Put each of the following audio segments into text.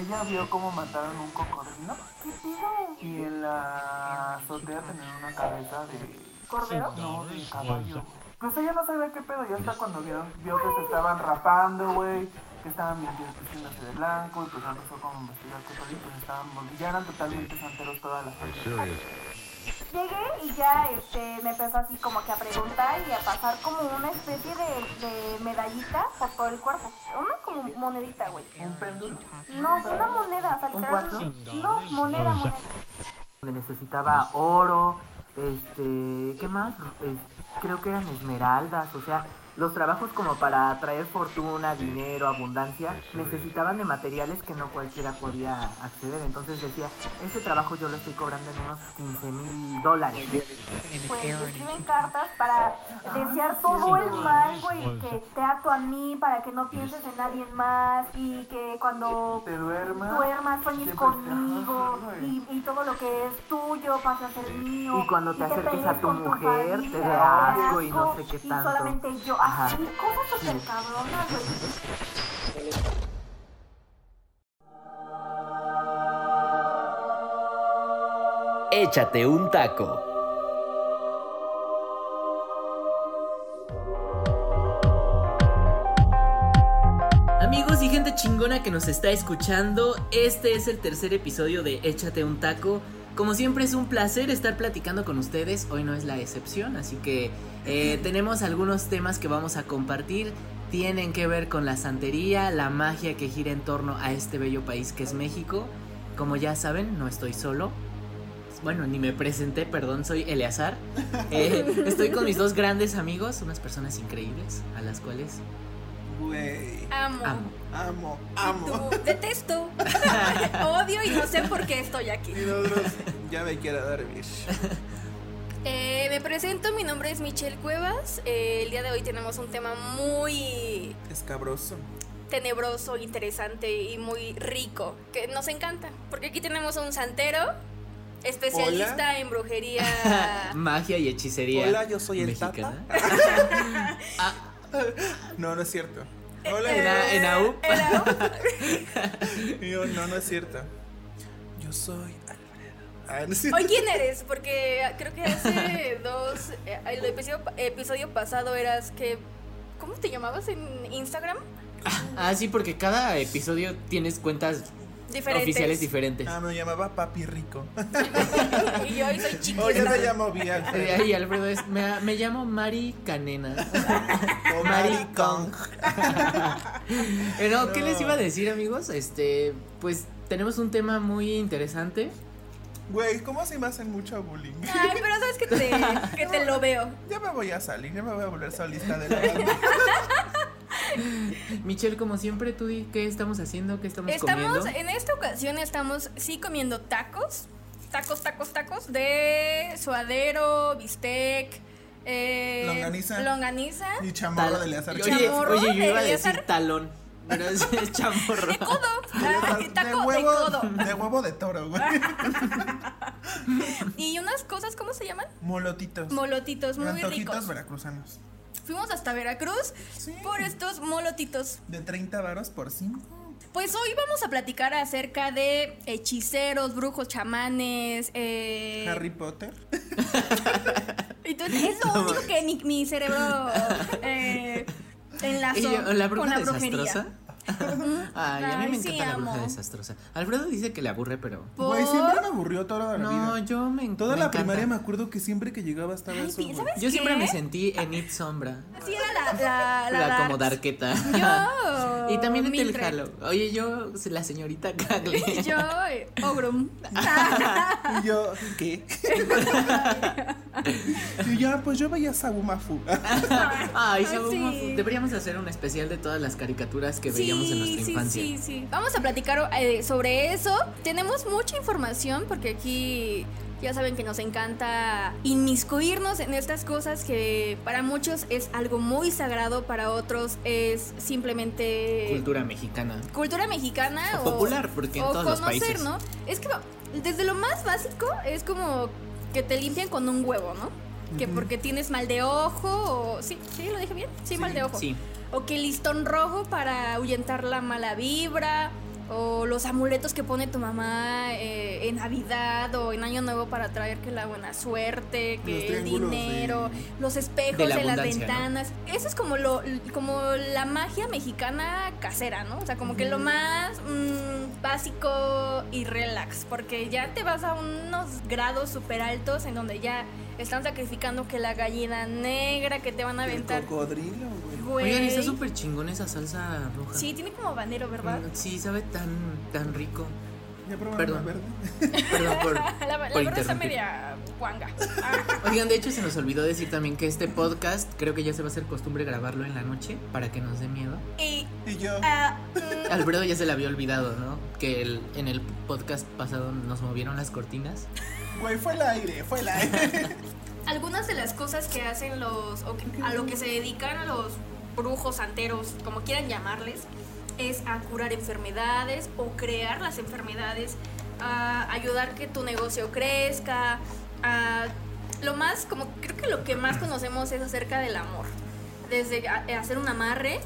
ella vio cómo mataron un cocodrilo y en la azotea tenían una cabeza de... ¿Cordero? No, de caballo. Pues ella no sabía qué pedo, ya hasta cuando vieron, vio que se estaban rapando, güey, que estaban vistiéndose de blanco, y pues empezó como a investigar qué pedo, y pues estaban, bol- ya eran totalmente santeros todas las I'm serious. Llegué y ya este, me empezó así como que a preguntar y a pasar como una especie de, de medallita por todo el cuerpo. Una como monedita, güey. Un péndulo No, una moneda, o sea, literal. No, moneda, moneda. Me necesitaba oro, este, ¿qué más? Es- creo que eran esmeraldas, o sea, los trabajos como para traer fortuna, dinero, abundancia, necesitaban de materiales que no cualquiera podía acceder. Entonces decía, este trabajo yo lo estoy cobrando en unos 15 mil dólares. Pues escriben cartas para desear todo el mal, güey, que te ato a mí, para que no pienses en nadie más y que cuando Te duermas. duermas sueñes pues, siempre conmigo te- Ajá, güey. y, y todo lo que es tuyo pasa a ser mío. Y cuando te acerques pelees a tu con mujer, te familia, da asco y no sé qué y tanto. solamente yo, Ajá. así, cosas súper cabronas, güey. Échate un taco. Amigos y gente chingona que nos está escuchando, este es el tercer episodio de Échate un taco. Como siempre es un placer estar platicando con ustedes, hoy no es la excepción, así que eh, tenemos algunos temas que vamos a compartir, tienen que ver con la santería, la magia que gira en torno a este bello país que es México. Como ya saben, no estoy solo. Bueno, ni me presenté, perdón, soy Eleazar. Eh, estoy con mis dos grandes amigos, unas personas increíbles, a las cuales Güey. Amo. amo. Amo, Tú, amo. detesto. Odio y no sé por qué estoy aquí. Y nosotros ya me quiero dormir. Eh, me presento, mi nombre es Michelle Cuevas. Eh, el día de hoy tenemos un tema muy Escabroso. tenebroso, interesante y muy rico, que nos encanta, porque aquí tenemos a un santero especialista en brujería. Magia y hechicería. Hola, yo soy el mexicana. Tata. No, no es cierto. Eh, Hola, En A- en AUP. en AUP. Yo, no, no es cierto. Yo soy Alfredo. Ah, no es cierto. Hoy quién eres, porque creo que hace dos, eh, el episodio, episodio pasado eras que, ¿cómo te llamabas en Instagram? Ah, sí, porque cada episodio tienes cuentas Diferentes. oficiales diferentes. Ah, me llamaba Papi Rico. Y yo hoy soy chiquita. Hoy yo te llamo Vía Eh, Alfredo. Ay, Alfredo es. Me, me llamo Mari Canena. O Mari Mari Kong. Kong. Eh, no, ¿qué No. les iba a decir, amigos? Este, pues tenemos un tema muy interesante. Güey, ¿cómo se me hacen mucho bullying? Ay, pero sabes que te, que te lo veo. Ya me voy a salir, ya me voy a volver solista de la banda. Michelle, como siempre, tú di qué estamos haciendo, qué estamos, Estamos, comiendo. en esta ocasión estamos sí comiendo tacos. Tacos, tacos, tacos de suadero, bistec, eh, Longaniza. longaniza, Y Tal- chamorro de Eleazar Oye, Chávez. Chamorro oye, yo de iba a decir Eleazar. talón. Pero es, es chamorro. de codo. Ay, Ah, De taco de, huevo, codo. de huevo de toro, güey. Y unas cosas, ¿cómo se llaman? Molotitos. Molotitos, muy Antojitos ricos. veracruzanos. Fuimos hasta Veracruz Sí. por estos molotitos. De 30 varos por 5. Pues hoy vamos a platicar acerca de hechiceros, brujos, chamanes. Eh, Harry Potter. Entonces, es lo único que mi, mi cerebro eh, enlazó Y yo, Eh, la bruja con la desastrosa. brujería. Ay, a mí Ay, me encanta sí, la bruja amo. desastrosa. Alfredo dice que le aburre, pero. Por- Güey, siempre me aburrió toda la No, vida. yo me Toda me la encanta. primaria me acuerdo que siempre que llegaba estaba Ay, eso, sí, güey. ¿sabes? Yo siempre ¿Qué? me sentí en It Sombra. Sí, era la, la, la, La, darks. como darketa. Yo. y también en el Mildred. Halo. Oye, yo, la señorita Cagle. Y Yo, eh, Ogrum. Ah, Y yo, ¿qué? y ya, pues yo veía Sabumafu. Ay, Ah, Sabu sí. Mafu. Deberíamos hacer un especial de todas las caricaturas que veíamos en nuestra sí, infancia. Sí, sí, Vamos a platicar eh, sobre eso. Tenemos mucha información porque aquí ya saben que nos encanta inmiscuirnos en estas cosas que para muchos es algo muy sagrado, para otros es simplemente Cultura mexicana. cultura mexicana O popular, porque en o todos los conocer, países. ¿no? Es que desde lo más básico es como que te limpian con un huevo, ¿no? Que porque tienes mal de ojo o sí, sí lo dije bien, sí, mal de ojo. Sí. O que listón rojo para ahuyentar la mala vibra. o los amuletos que pone tu mamá eh, en Navidad o en Año Nuevo para traer que la buena suerte, Los que el triángulos de- dinero, los espejos De de, la las abundancia, ¿no? ventanas. Eso es como lo como la magia mexicana casera, ¿no? O sea, como que lo más mm, básico y relax, porque ya te vas a unos grados súper altos en donde ya están sacrificando que la gallina negra que te van a El aventar. cocodrilo, güey. Güey. Oigan, está súper chingón esa salsa roja. Pues Sí, tiene como banero, ¿verdad? Mm, Sí, sabe tan, tan rico. Ya probaron la Perdón. verde. Perdón por. La, la por verdad está interrumpir. media guanga. Ah, Oigan, de hecho se nos olvidó decir también que este podcast creo que ya se va a hacer costumbre grabarlo en la noche para que nos dé miedo. y, Y yo. ah, mm, Alfredo ya se le había olvidado, ¿no? Que el- en el podcast pasado nos movieron las cortinas. Güey, fue el aire, fue el aire. algunas de las cosas que hacen los, o que- a lo que se dedican los brujos, santeros, como quieran llamarles, es a curar enfermedades o crear las enfermedades, a ayudar que tu negocio crezca, a- lo más, como creo que lo que más conocemos es acerca del amor, desde a- hacer un amarre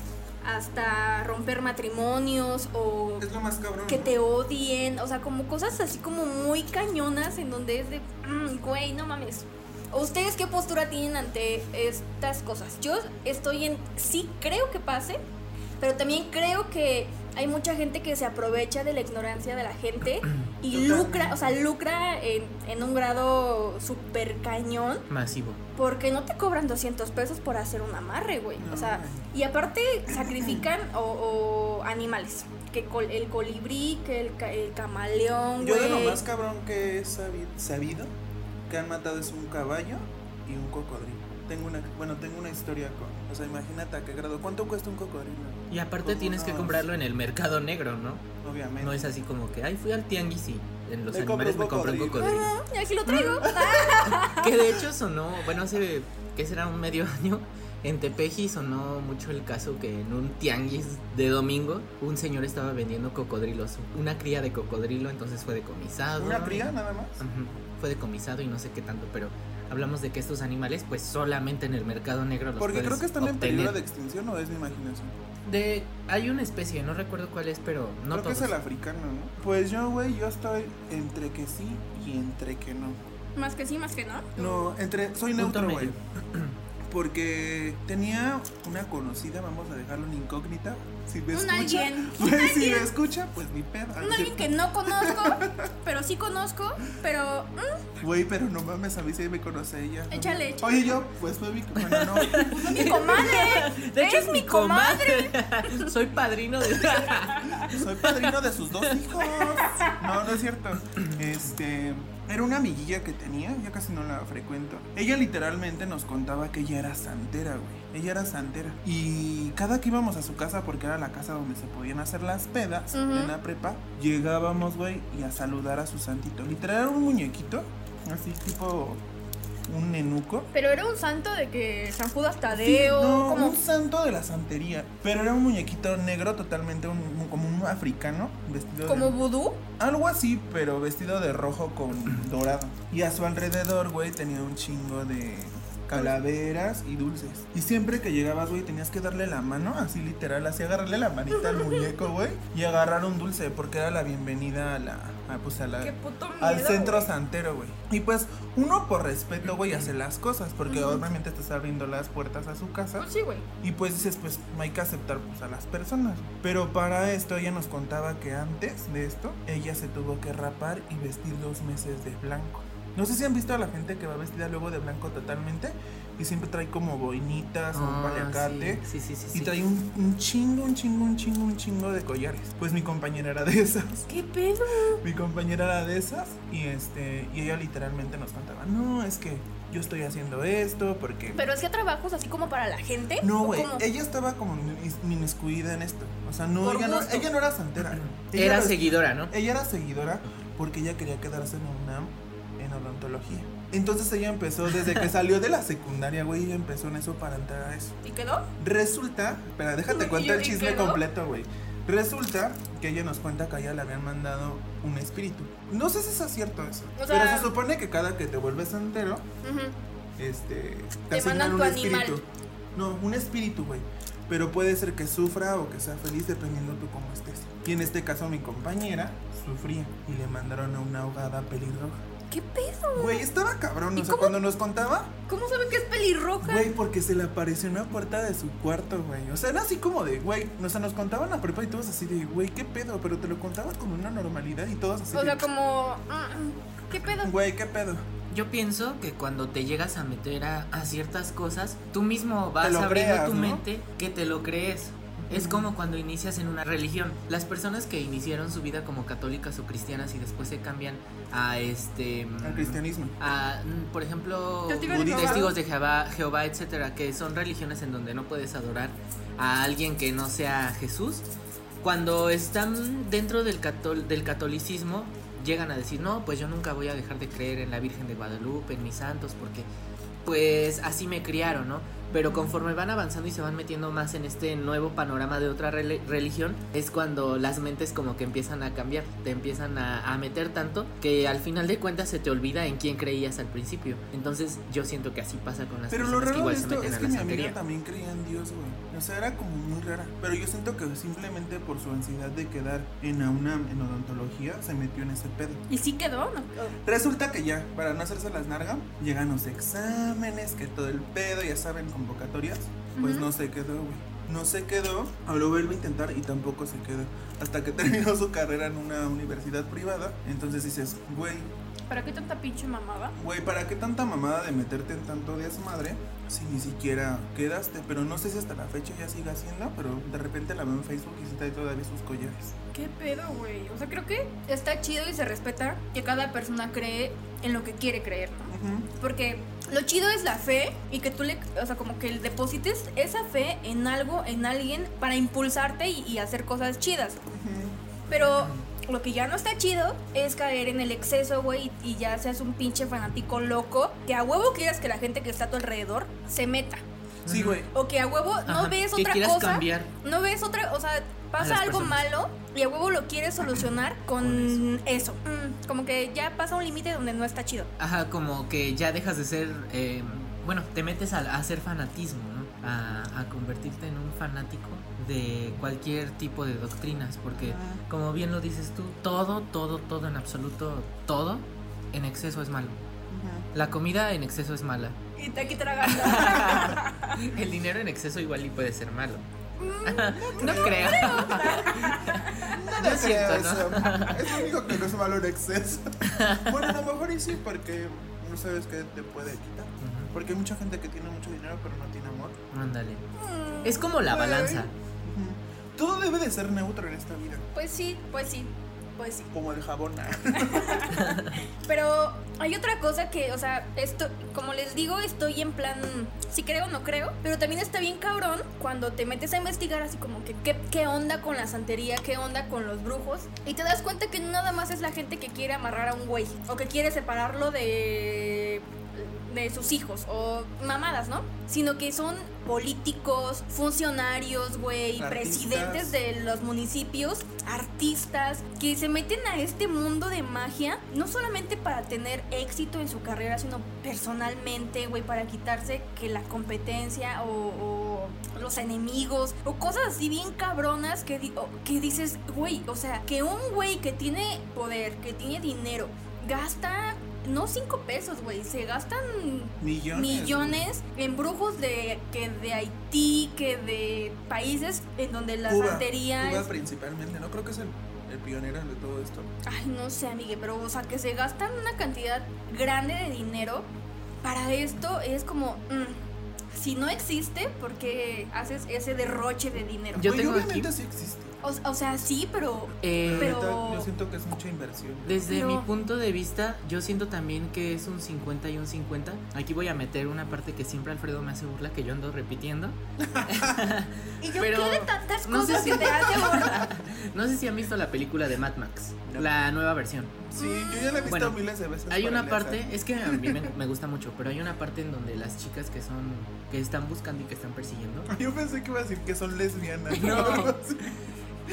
hasta romper matrimonios o es lo más cabrón. que ¿no? te odien, o sea, como cosas así como muy cañonas en donde es de, "Mm, güey, no mames. ¿Ustedes qué postura tienen ante estas cosas? Yo estoy en, sí creo que pase, pero también creo que hay mucha gente que se aprovecha de la ignorancia de la gente y Totalmente. lucra, o sea, lucra en, en un grado súper cañón Masivo. porque no te cobran 200 pesos por hacer un amarre, güey. O sea, y aparte sacrifican o, o animales. Que col- el colibrí, que el, ca- el camaleón, Yo güey. de lo más cabrón que he sabi- sabido, que han matado es un caballo y un cocodrilo. Tengo una, bueno, tengo una historia con, o sea, imagínate a qué grado. ¿Cuánto cuesta un cocodrilo? Y aparte Como tienes que unos- comprarlo en el mercado negro, ¿no? Obviamente. No es así como que, ay, fui al tianguis y en los Me compré animales un me compré un cocodrilo". cocodrilo. Y aquí lo traigo. Mm. Ah, Que de hecho sonó, bueno, hace, ¿qué será? Un medio año. En Tepeji sonó mucho el caso que en un tianguis de domingo un señor estaba vendiendo cocodrilos, una cría de cocodrilo, entonces fue decomisado. Una cría nada más. Ujú, Fue decomisado y no sé qué tanto, pero hablamos de que estos animales pues solamente en el mercado negro los Porque puedes creo que están en obtener. peligro de extinción o es mi imaginación. De- hay una especie, no recuerdo cuál es, pero no creo que todos. es el africano, ¿no? Pues yo, güey, yo estoy entre que sí y entre que no. más que sí, más que no. No, entre. Soy Punto neutro, güey. medio. Porque tenía una conocida, vamos a dejarlo en incógnita. Si me Un escucha. alguien. Güey, Pues, si me escucha, pues ni pedo. Un alguien que no conozco, pero sí conozco, pero mm, Güey, pero no mames, a mí sí me conoce ella. ¿no? Échale, échale. Oye, yo, pues fue mi. Bueno, no. mi comadre. De hecho es mi comadre. Soy padrino de... Ah, Soy padrino de sus dos hijos. No, no es cierto. Este. Era una amiguilla que tenía, ya casi no la frecuento. Ella literalmente nos contaba que ella era santera, güey. Ella era santera. Y cada que íbamos a su casa, porque era la casa donde se podían hacer las pedas Ujú. en la prepa, llegábamos, güey, y a saludar a su santito. Literal era un muñequito, así tipo un nenuco. Pero era un santo de que San Judas Tadeo, No, como un santo de la santería. Pero era un muñequito negro, totalmente un- un- como un africano, vestido como de. vudú. Algo así, pero vestido de rojo con dorado. Y a su alrededor, güey, tenía un chingo de calaveras y dulces. Y siempre que llegabas, güey, tenías que darle la mano, así literal, así agarrarle la manita al muñeco, güey, y agarrar un dulce, porque era la bienvenida a la. a, pues a la Qué puto miedo. al centro güey. santero, güey. Y pues uno por respeto, güey, hace las cosas, porque obviamente te está abriendo las puertas a su casa. Pues sí, güey. Y pues dices, pues hay que aceptar pues, a las personas. Pero para esto ella nos contaba que antes de esto, ella se tuvo que rapar y vestir dos meses de blanco. No sé si han visto a la gente que va vestida luego de blanco totalmente y siempre trae como boinitas o un Ah, paliacate. sí, sí, sí, sí, Y sí. trae un, un chingo, un chingo, un chingo, un chingo de collares. Pues mi compañera era de esas. ¿Qué pedo? Mi compañera era de esas y este y ella literalmente nos contaba, "No, es que yo estoy haciendo esto porque Pero es que trabajos así como para la gente. no, ¿o güey, cómo? ella estaba como mis- inmiscuida en esto. O sea, no, Por ella no, gusto. ella no era santera. Ella Era seguidora, ¿no? Ella era seguidora porque ella quería quedarse en UNAM en odontología. Entonces ella empezó desde que salió de la secundaria, güey, ella empezó en eso para entrar a eso. ¿Y quedó? Resulta, espera, déjate ¿Y contar el qué chisme quedó? completo, güey. Resulta que ella nos cuenta que a ella le habían mandado un espíritu. No sé si es cierto eso, O sea- pero se supone que cada que te vuelves santero, Ujú. este, Te asignan mandan tu animal. espíritu. No, un espíritu, güey. Pero puede ser que sufra o que sea feliz dependiendo tú cómo estés. Y en este caso mi compañera sufría y le mandaron a una ahogada pelirroja. ¿Qué pedo? Güey, estaba cabrón, ¿Y o sea, cómo? cuando nos contaba, ¿Cómo saben que es pelirroja? güey, porque se le apareció en la puerta de su cuarto, güey. O sea, era así como de, güey, o sea, nos contaban la prepa y todos así de, güey, qué pedo, pero te lo contabas con una normalidad y todos así o sea, de, como. mm, ¿Qué pedo? güey, qué pedo. Yo pienso que cuando te llegas a meter a, a ciertas cosas, tú mismo vas lo abriendo creas, tu ¿no? mente que te lo crees. Es como cuando inicias en una religión. Las personas que iniciaron su vida como católicas o cristianas y después se cambian a este Al cristianismo. a, mm, por ejemplo, Testigos de budistas, Jehová. testigos de Jehová, Jehová, etcétera, que son religiones en donde no puedes adorar a alguien que no sea Jesús. Cuando están dentro del, catol- del catolicismo, llegan a decir, no, pues yo nunca voy a dejar de creer en la Virgen de Guadalupe, en mis santos, porque pues así me criaron, ¿no? Pero conforme van avanzando y se van metiendo más en este nuevo panorama de otra rele- religión, es cuando las mentes como que empiezan a cambiar, te empiezan a, a meter tanto que al final de cuentas se te olvida en quién creías al principio. Entonces yo siento que así pasa con las Pero lo personas que raro de igual se esto meten es a que la mi amiga santería. también creía en Dios, güey. O sea, era como muy rara. Pero yo siento que simplemente por su ansiedad de quedar en la UNAM en odontología, se metió en ese pedo. ¿Y sí quedó? No. Resulta que ya, para no hacerse las nargas, llegan los exámenes, que todo el pedo, ya saben, convocatorias. Pues Ujú. no se quedó, güey. No se quedó, o lo vuelve a intentar y tampoco se quedó. Hasta que terminó su carrera en una universidad privada. Entonces dices, güey, ¿Para qué tanta pinche mamada? güey, ¿para qué tanta mamada de meterte en tanto de su madre si ni siquiera quedaste? Pero no sé si hasta la fecha ya siga haciendo, pero de repente la veo en Facebook y se trae todavía sus collares. ¿Qué pedo, güey? O sea, creo que está chido y se respeta que cada persona cree en lo que quiere creer, ¿no? Ujú. Porque lo chido es la fe y que tú le, o sea, como que le deposites esa fe en algo, en alguien, para impulsarte y, y hacer cosas chidas. Pero lo que ya no está chido es caer en el exceso, güey, y y ya seas un pinche fanático loco, que a huevo quieras que la gente que está a tu alrededor se meta. Sí, güey. O que a huevo no Ajá, ves que otra quieras cosa. cambiar. No ves otra, o sea, A pasa las algo personas. malo y a huevo lo quieres solucionar con eso. Mm, como que ya pasa un límite donde no está chido. Ajá, como que ya dejas de ser, eh, bueno, te metes a, a hacer fanatismo, ¿no? A, a convertirte en un fanático de cualquier tipo de doctrinas, porque como bien lo dices tú, todo, todo, todo en absoluto, todo en exceso es malo. La comida en exceso es mala. Y te aquí tragando. El dinero en exceso igual y puede ser malo. No creo. No Lo siento, creo ¿no? eso. Es lo único que no es malo en exceso. Bueno, a lo mejor y sí, porque no sabes qué te puede quitar. Porque hay mucha gente que tiene mucho dinero pero no tiene amor. Ujú, Ándale. Mm. Es como la balanza. Ujú. Todo debe de ser neutro en esta vida, Pues sí, pues sí, pues sí. como el jabón. Pero hay otra cosa que, o sea, esto, como les digo, estoy en plan, si creo o no creo, pero también está bien cabrón cuando te metes a investigar así como que qué, qué onda con la santería, qué onda con los brujos, y te das cuenta que nada más es la gente que quiere amarrar a un güey, o que quiere separarlo de de sus hijos o mamadas, ¿no? Sino que son políticos, funcionarios, güey, Artistas. presidentes de los municipios, artistas, que se meten a este mundo de magia, no solamente para tener éxito en su carrera, sino personalmente, güey, para quitarse que la competencia o, o los enemigos o cosas así bien cabronas que, di- o- que dices, güey, o sea, que un güey que tiene poder, que tiene dinero, gasta... No cinco pesos, güey. Se gastan Millones. millones en brujos de que de Haití, que de países en donde la Cuba, santería Cuba es- principalmente, ¿no? Creo que es el, el pionero de todo esto. Ay, no sé, amigue, pero o sea, que se gastan una cantidad grande de dinero para esto es como mm, si no existe, porque haces ese derroche de dinero? Yo Güey, tengo obviamente aquí- sí existe. O, o sea, sí, pero Eh, Pero- neta, yo siento que es mucha inversión. Desde No. mi punto de vista, yo siento también que es un 50 y un 50. Aquí voy a meter una parte que siempre Alfredo me hace burla, que yo ando repitiendo. y yo Pero- qué de tantas no sé cosas si- que te hace borrar? No sé si han visto la película de Mad Max, No. la nueva versión. Sí, yo ya la he visto Bueno, miles de veces. Hay Pues para una leer, parte, es que a mí me, me gusta mucho, pero hay una parte en donde las chicas que son, que están buscando y que están persiguiendo, ¿sabes? Yo pensé que iba a decir que son lesbianas. No.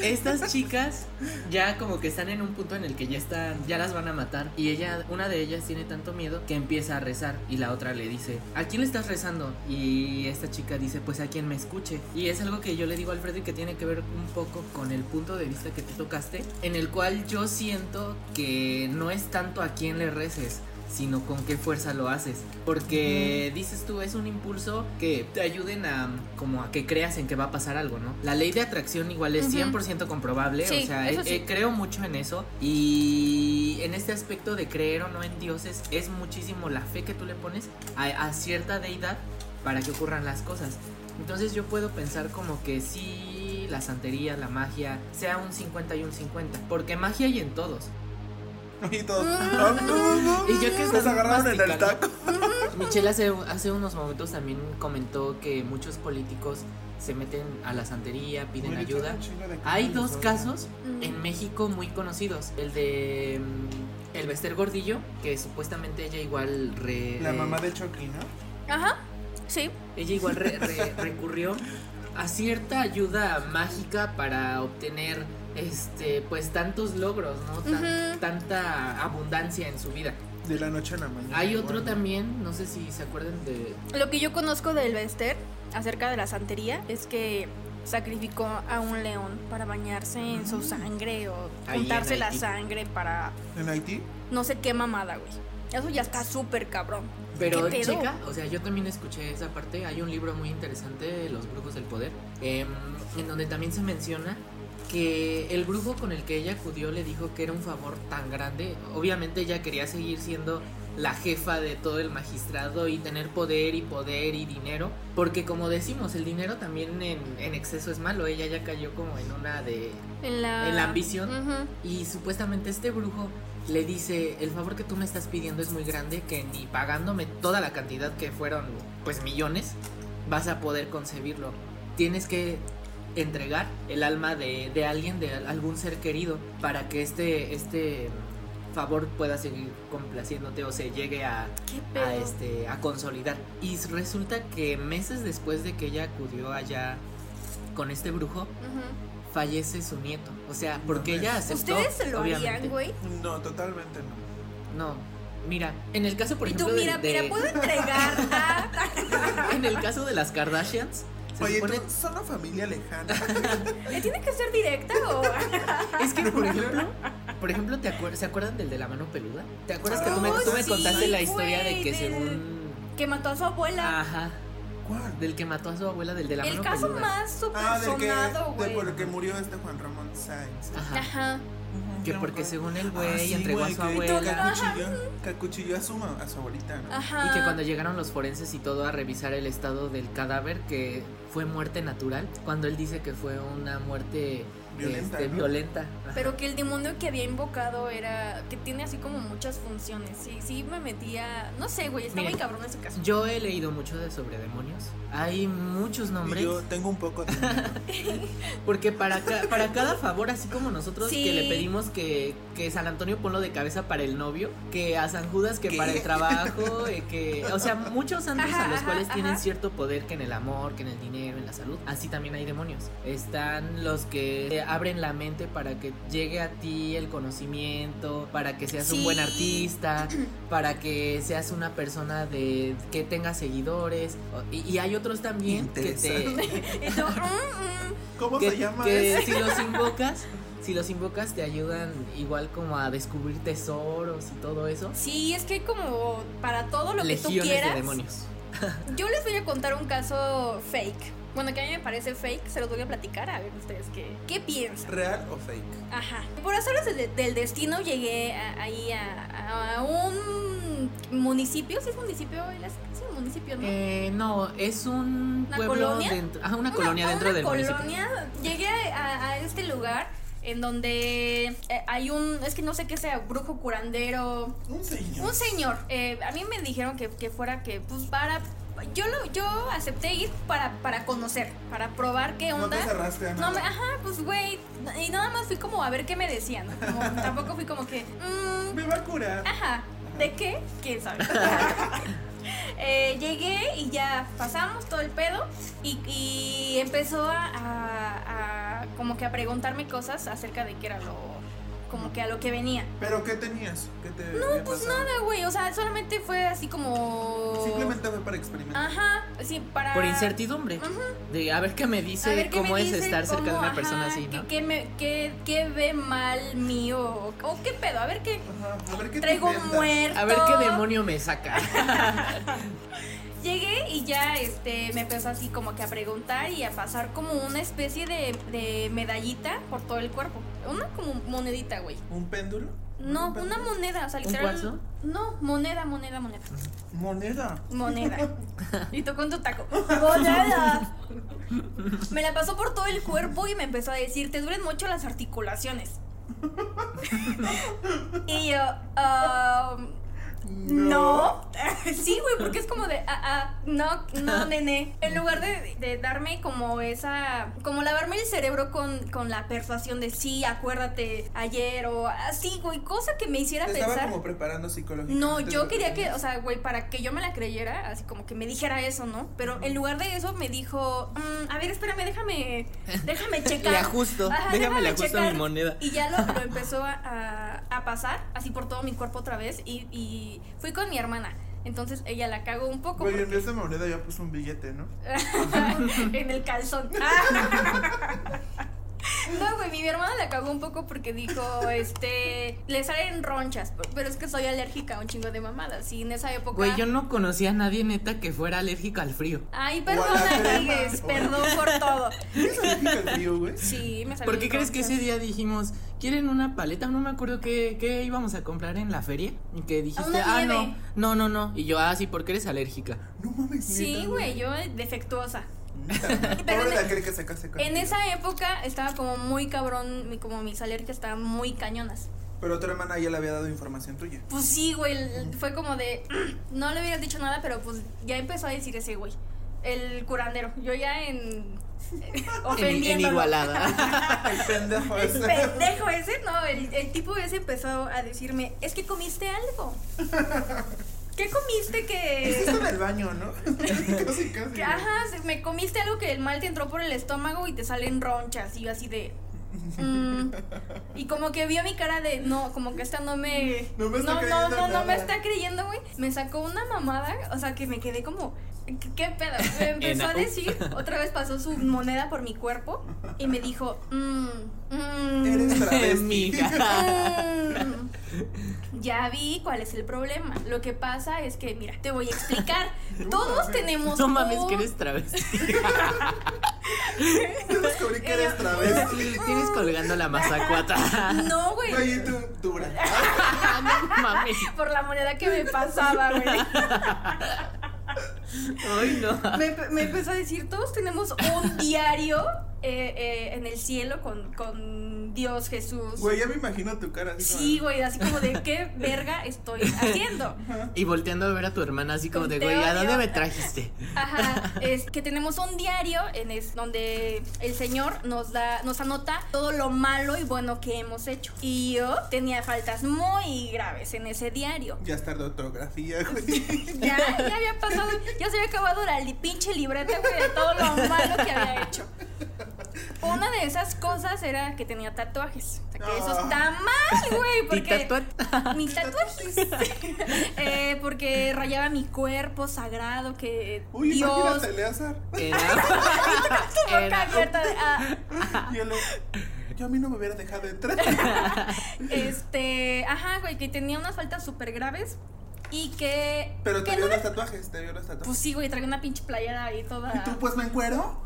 Estas chicas ya como que están en un punto en el que ya están, ya las van a matar y ella, una de ellas tiene tanto miedo que empieza a rezar y la otra le dice, ¿a quién le estás rezando? Y esta chica dice, pues a quien me escuche. Y es algo que yo le digo a Alfredo y que tiene que ver un poco con el punto de vista que tú tocaste, en el cual yo siento que no es tanto a quién le reces, sino con qué fuerza lo haces. Porque dices tú, es un impulso que te ayuden a como a que creas en que va a pasar algo, ¿no? La ley de atracción igual es Ujú. 100% comprobable, Sí, o sea, eso eh, sí. eh, creo mucho en eso y en este aspecto de creer o no en dioses es muchísimo la fe que tú le pones a, a cierta deidad para que ocurran las cosas. Entonces yo puedo pensar como que sí, la santería, la magia, sea un 50 y un 50, porque magia hay en todos. Y todos. "Ah, no, no, Y ya que no, están nos agarraron en el masticando. taco. Michelle hace, hace unos momentos también comentó que muchos políticos se meten a la santería, piden Oye, ayuda. tiene un chingo de Hay cosas, dos oigan. casos Mm. en México muy conocidos. El de mm, el Bester Gordillo, que supuestamente ella igual re- La re- mamá de Chucky, ¿no? Ajá, sí. ella igual re- re- recurrió a cierta ayuda mágica para obtener este pues tantos logros, ¿no? Tan- Ujú. Tanta abundancia en su vida. De la noche a la mañana. Hay otro Bueno. también, no sé si se acuerdan de Lo que yo conozco del Bester acerca de la santería es que sacrificó a un león para bañarse en su sangre o Mm. Ahí en juntarse la Haití. sangre para En Haití. no sé qué mamada, güey. Eso ya está súper cabrón. Pero ¿Qué pedo? chica, o sea, yo también escuché esa parte. Hay un libro muy interesante, Los Brujos del Poder, em, en donde también se menciona que el brujo con el que ella acudió le dijo que era un favor tan grande. Obviamente ella quería seguir siendo la jefa de todo el magistrado y tener poder y poder y dinero. Porque como decimos, el dinero también en, en exceso es malo. Ella ya cayó como en una de... En la, En la ambición. Ujú. Y supuestamente este brujo le dice, el favor que tú me estás pidiendo es muy grande, que ni pagándome toda la cantidad que fueron, pues millones, vas a poder concebirlo. Tienes que entregar el alma de, de alguien, de al- algún ser querido, para que este, este favor pueda seguir complaciéndote o se llegue a, ¿Qué pedo? a, este, a consolidar. Y resulta que meses después de que ella acudió allá con este brujo, Ujú. fallece su nieto. O sea, porque Mames. ella aceptó. ¿Ustedes se lo obviamente. harían, güey? No, totalmente no. No. Mira, en el caso, por Y tú, ejemplo. de- mira, de- mira, puedo entregar Ah. a... En el caso de las Kardashians. Se Oye, supone- tú, son una familia lejana. ¿Eh, ¿Tiene que ser directa o...? Es que, por ejemplo. Por ejemplo, ¿te acuer- ¿se acuerdan del de la mano peluda? ¿Te acuerdas que tú me, Oh, tú me sí, contaste la historia de güey, que del- según. que mató a su abuela. Ajá. ¿Cuál? Del que mató a su abuela, del de Ah, la el mano caso peluda. más Ah, súper del que, sonado, de güey. por el que murió este Juan Ramón Sáenz. Ajá. Ajá. Ah, Que No me porque acuerdo. según el Ah, güey sí, entregó güey, a su que- Que abuela. acuchilló, que acuchilló a su, ma- a su abuelita, ¿no? Ajá. Y que cuando llegaron los forenses y todo a revisar el estado del cadáver, que fue muerte natural, cuando él dice que fue una muerte Violenta, este, ¿no? violenta. Ajá. Pero que el demonio que había invocado era. que tiene así como muchas funciones. Sí, sí me metía. No sé, güey, está Mira. muy cabrón ese caso. Yo he leído mucho de sobre demonios. Hay muchos Y nombres. yo tengo un poco de miedo. Porque para, ca- para cada favor, así como nosotros Sí. que le pedimos que, que San Antonio ponlo de cabeza para el novio, que a San Judas que ¿Qué? para el trabajo, eh, que. O sea, muchos santos Ajá, a los ajá, cuales tienen ajá. cierto poder que en el amor, que en el dinero, en la salud. Así también hay demonios. Están los que te abren la mente para que llegue a ti el conocimiento, para que seas un buen Sí. artista, para que seas una persona de que tenga seguidores. O- Y, y hay otros también que te. Interesante. Y tú, mm, mm. ¿Cómo que, se llama que ese? si los invocas, si los invocas te ayudan igual como a descubrir tesoros y todo eso. Sí, es que como para todo lo que Legiones tú quieras. de demonios. Yo les voy a contar un caso fake. Bueno, que a mí me parece fake, se los voy a platicar a ver ustedes qué, qué piensan. ¿Real o fake? Ajá. Por azares de- del destino llegué a- ahí a, a un municipio. ¿Sí es municipio? Elas? Sí, municipio, ¿no? Eh, no, es un ¿Una pueblo colonia? dentro, ah, una, Una- colonia a dentro una del municipio. colonia. Llegué a, a este lugar en donde eh, hay un, es que no sé qué sea, brujo curandero, Un señor. un señor. Eh, a mí me dijeron que, que fuera que, pues para, yo lo, yo acepté ir para, para conocer, para probar qué No onda. te cerraste a No me, nada. ajá, pues güey, y nada más fui como a ver qué me decían. ¿no? Como, tampoco fui como que, mm, Me va a curar. Ajá. ¿De qué? ¿Quién sabe? Eh, llegué y ya pasamos todo el pedo y, y empezó a, a- a como que a preguntarme cosas acerca de qué era lo, como que a lo que venía. ¿Pero qué tenías? ¿Qué te no, Pues nada, güey, o sea, solamente fue así como... Simplemente fue para experimentar. Ajá, sí, para... Por incertidumbre. De a ver qué me dice A ver qué cómo me es dice, estar cerca de cómo, una persona ajá, así, ¿no? ¿Qué, qué me- qué- qué ve mal mío? O, o qué pedo, a ver qué... Ajá, A ver qué te Ah. Traigo inventas. muerto. A ver qué demonio me saca. Llegué y ya este, me empezó así como que a preguntar y a pasar como una especie de, de medallita por todo el cuerpo. Una como monedita, güey. ¿Un péndulo? No, ¿Un una péndulo? moneda, o sea, ¿Un literal. cuarzo? No, moneda, moneda, moneda. moneda. Moneda. Y tú con tu taco. ¡Moneda! Me la pasó por todo el cuerpo y me empezó a decir, te duelen mucho las articulaciones. Y yo, "Ah, no. sí, güey, porque es como de, ah, ah, no, no, nene. En lugar de, de darme como esa, como lavarme el cerebro con, con la persuasión de, sí, acuérdate, ayer o así, güey, cosa que me hiciera Te pensar. estaba como preparando psicológicamente. No, lo yo quería que, tenías. o sea, güey, para que yo me la creyera, así como que me dijera eso, ¿no? Pero en lugar de eso me dijo, "Mm, a ver, espérame, déjame, déjame checar. Le ajusto, déjame le ajusto checar". mi moneda. Y ya lo, lo empezó a, a- a pasar, así por todo mi cuerpo otra vez, y, y fui con mi hermana. Entonces ella la cagó un poco Güey, en vez de moneda ya puso un billete, ¿no? en el calzón. Ah. No, güey, mi hermana la cagó un poco porque dijo, este, le salen ronchas, pero es que soy alérgica a un chingo de mamadas y en esa época... Güey, yo no conocía a nadie neta que fuera alérgico al frío. Ay, O a perdona, la crema. amigues, perdón por todo. ¿Qué significa el frío, güey? Sí, me salió. ¿Por qué crees que ese día dijimos, quieren una paleta? No me acuerdo qué, qué íbamos a comprar en la feria. Y que dijiste, Una ah, nieve. no, no, no, no. Y yo, ah, sí, porque eres alérgica. No mames. Sí, neta, güey, yo defectuosa. Pero Pobre en- e- la cree que se case con En esa época estaba como muy cabrón, mi- como mis alergias estaban muy cañonas. Pero tu hermana ya le había dado información tuya. Pues sí, güey, l- fue como de, no le hubieras dicho nada, pero pues ya empezó a decir ese güey, el curandero. Yo ya en eh, En, en ofendiéndolo. igualada. El pendejo El ese. pendejo ese, no, el, el tipo ese empezó a decirme, es que comiste algo. ¿Qué comiste que...? Hiciste en el baño, ¿no? casi, casi. Que, ajá, se- me comiste algo que el mal te entró por el estómago y te salen ronchas. Y yo así de. mm. Y como que vio mi cara de no, como que esta no me. No me está no, no, creyendo no, no me nada. está creyendo, güey. Me sacó una mamada, o sea que me quedé como. ¿Qué, qué pedo? Me empezó En- a decir, otra vez pasó su moneda por mi cuerpo y me dijo, mm, mm, Eres travesti. Amiga. Mm. Ya vi cuál es el problema. Lo que pasa es que, mira, te voy a explicar. Todos tenemos. No mames, un- que eres travesti. Yo descubrí que eres travesti. Tienes colgando la mazacuata. No, güey. Güey, y tú, dura. no mames. Por la moneda que me pasaba, güey. Ay, no. Me, me empezó a decir, todos tenemos un diario eh, eh, en el cielo con, con Dios, Jesús. Güey, ya me imagino tu cara. así como- Sí, güey, así como de qué verga estoy haciendo. Y volteando a ver a tu hermana así como de, Te güey, ¿a odio". dónde me trajiste? Ajá, es que tenemos un diario en es- donde el Señor nos da, nos anota todo lo malo y bueno que hemos hecho. Y yo tenía faltas muy graves en ese diario. Ya está de ortografía, güey. Ya, ya había pasado, ya se había acabado la li- pinche libreta, güey, de todo lo malo que había hecho. Una de esas cosas era que tenía tatuajes. O sea, que Ah. eso está mal, güey, Y porque... tatua- Mis tatuajes. Eh, porque rayaba mi cuerpo sagrado, que Uy, Dios... imagínate, Eleazar. Era- Tu boca Era- abierta de, ah, Y él, yo a mí no me hubiera dejado entrar. este, ajá, güey, que tenía unas faltas súper graves y que... Pero que te vio no me- los tatuajes, te vio los Pues tatuajes. sí, güey, traía una pinche playera ahí ¿Y toda... tú, pues, me encuero?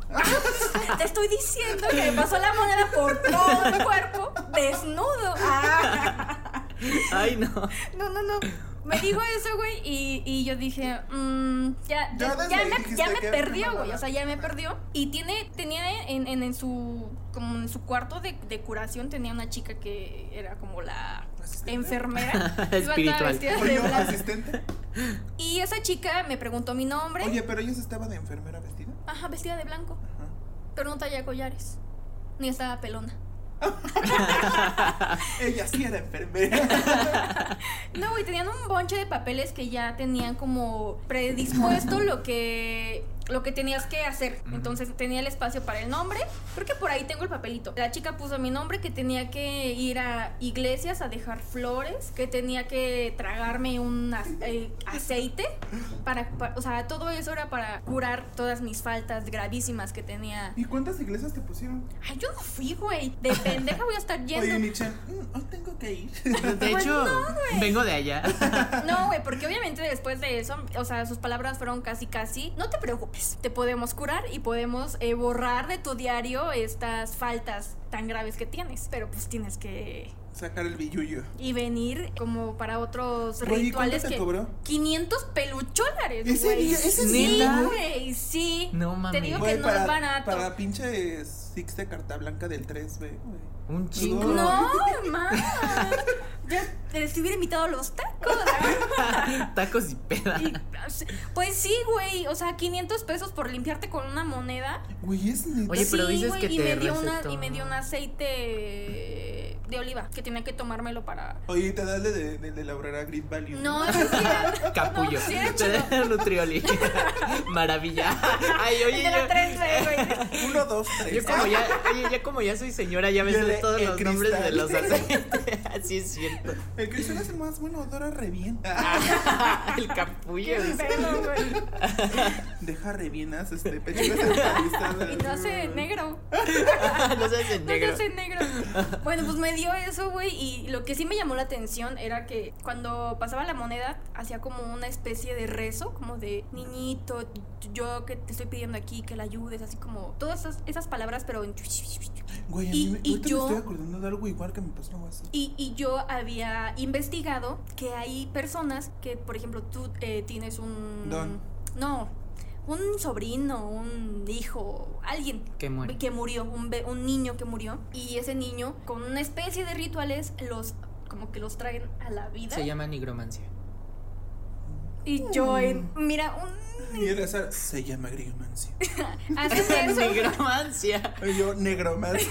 Te estoy diciendo que me pasó la moneda por todo el cuerpo, desnudo. Ah. Ay, no. No, no, no. Me dijo eso, güey, y, y yo dije, mm, ya, Ya ya, desde ya ahí me, dijiste ya me que- perdió, güey. O sea, ya me perdió. Y tiene, tenía en, en, en su como en su cuarto de, de curación tenía una chica que era como la ¿Asistente? enfermera. Iba toda Espiritual. vestida Soy de yo, blanco. asistente. Y esa chica me preguntó mi nombre. Oye, pero ella se estaba de enfermera vestida. Ajá, vestida de blanco. Ajá. Pero no traía collares. Ni estaba pelona. Ella sí era enfermera. No, güey, tenían un bonche de papeles que ya tenían como predispuesto lo que lo que tenías que hacer. Entonces tenía el espacio para el nombre. Creo que por ahí tengo el papelito. La chica puso mi nombre que tenía que ir a iglesias a dejar flores, que tenía que tragarme un a- eh, aceite para, pa- o sea, todo eso era para curar todas mis faltas gravísimas que tenía. ¿Y cuántas iglesias te pusieron? Ay, yo no fui, güey. De pendeja voy a estar Oye, yendo. Michelle, mm, hoy tengo que ir. Pues De hecho, vengo de allá. No, güey, porque obviamente después de eso, o sea, sus palabras fueron casi, casi, no te preocupes, te podemos curar y podemos eh, borrar de tu diario estas faltas tan graves que tienes, pero pues tienes que... Sacar el billuyo. Y venir como para otros Oye, ¿y cuánto rituales te que... cobró? 500 pelucholares, ¿Ese güey. día- ese Sí, día, güey, sí. No mames. Te digo Güey, que no para, es barato. para pinche Six de carta blanca del 3, güey. Un No. chingo. No, más. Ya te les hubiera invitado a los tacos. Tacos y peda. Y, pues sí, güey. O sea, 500 pesos por limpiarte con una moneda. Güey, es neta. Oye, pero sí, dices güey, que y te me dio una- recetó. Y me dio un aceite de oliva que tenía que tomármelo para. Oye, te das de, de, de la obrera Green Value. No, eso sí era. Capullo. No, sí era Te chido. da Nutrioli. Maravilla. Ay, El oye, de la yo- 3D, güey. Uno, dos, tres. Yo como ya, oye, ya como ya soy señora, ya me Yo sé le- todos el los nombres de cristal. los aceites. Así es cierto. El cristal es el más bueno, Dora revienta. Ah. El capullo. Qué pedo, güey. Deja revinas, este, pechugas empanizadas. Y no hace negro. Los hacen No negro. yo soy negro. Bueno, pues me dio eso, güey. Y lo que sí me llamó la atención era que cuando pasaba la moneda, hacía como una especie de rezo, como de niñito, yo que te estoy pidiendo aquí que la ayudes, así como todas esas, esas palabras, pero en. Güey, a Y- mí me, y ahorita yo- me estoy acordando de algo igual que me pasó algo así. Y, y yo había investigado que hay personas que, por ejemplo, tú eh, tienes un. Don. No, un sobrino, un hijo, alguien Qué muere. que murió, un, be- un niño que murió. Y ese niño, con una especie de rituales, los como que los traen a la vida. Se llama nigromancia. Y yo, en- mira, un, Y el azar se llama Grigomancia. hacen eso. Nigromancia. Y Yo, negromancia.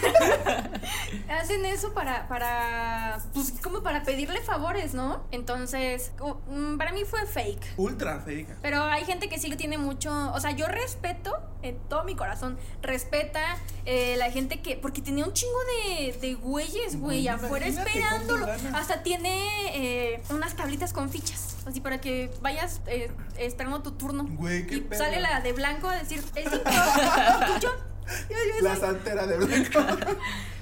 Hacen eso para, para, pues como para pedirle favores, ¿no? Entonces, u- mm, para mí fue fake. Ultra fake. Pero hay gente que sí lo tiene mucho. O sea, yo respeto en todo mi corazón. Respeta eh, la gente que. Porque tenía un chingo de, de güeyes, güey, Güey, afuera imagínate esperándolo. cuánto gana. Hasta tiene eh, unas tablitas con fichas. Así para que vayas eh, esperando tu turno. Güey, qué y pedo. sale la de blanco a decir: Es cinco. y yo, yo- yo La soy- santera de blanco.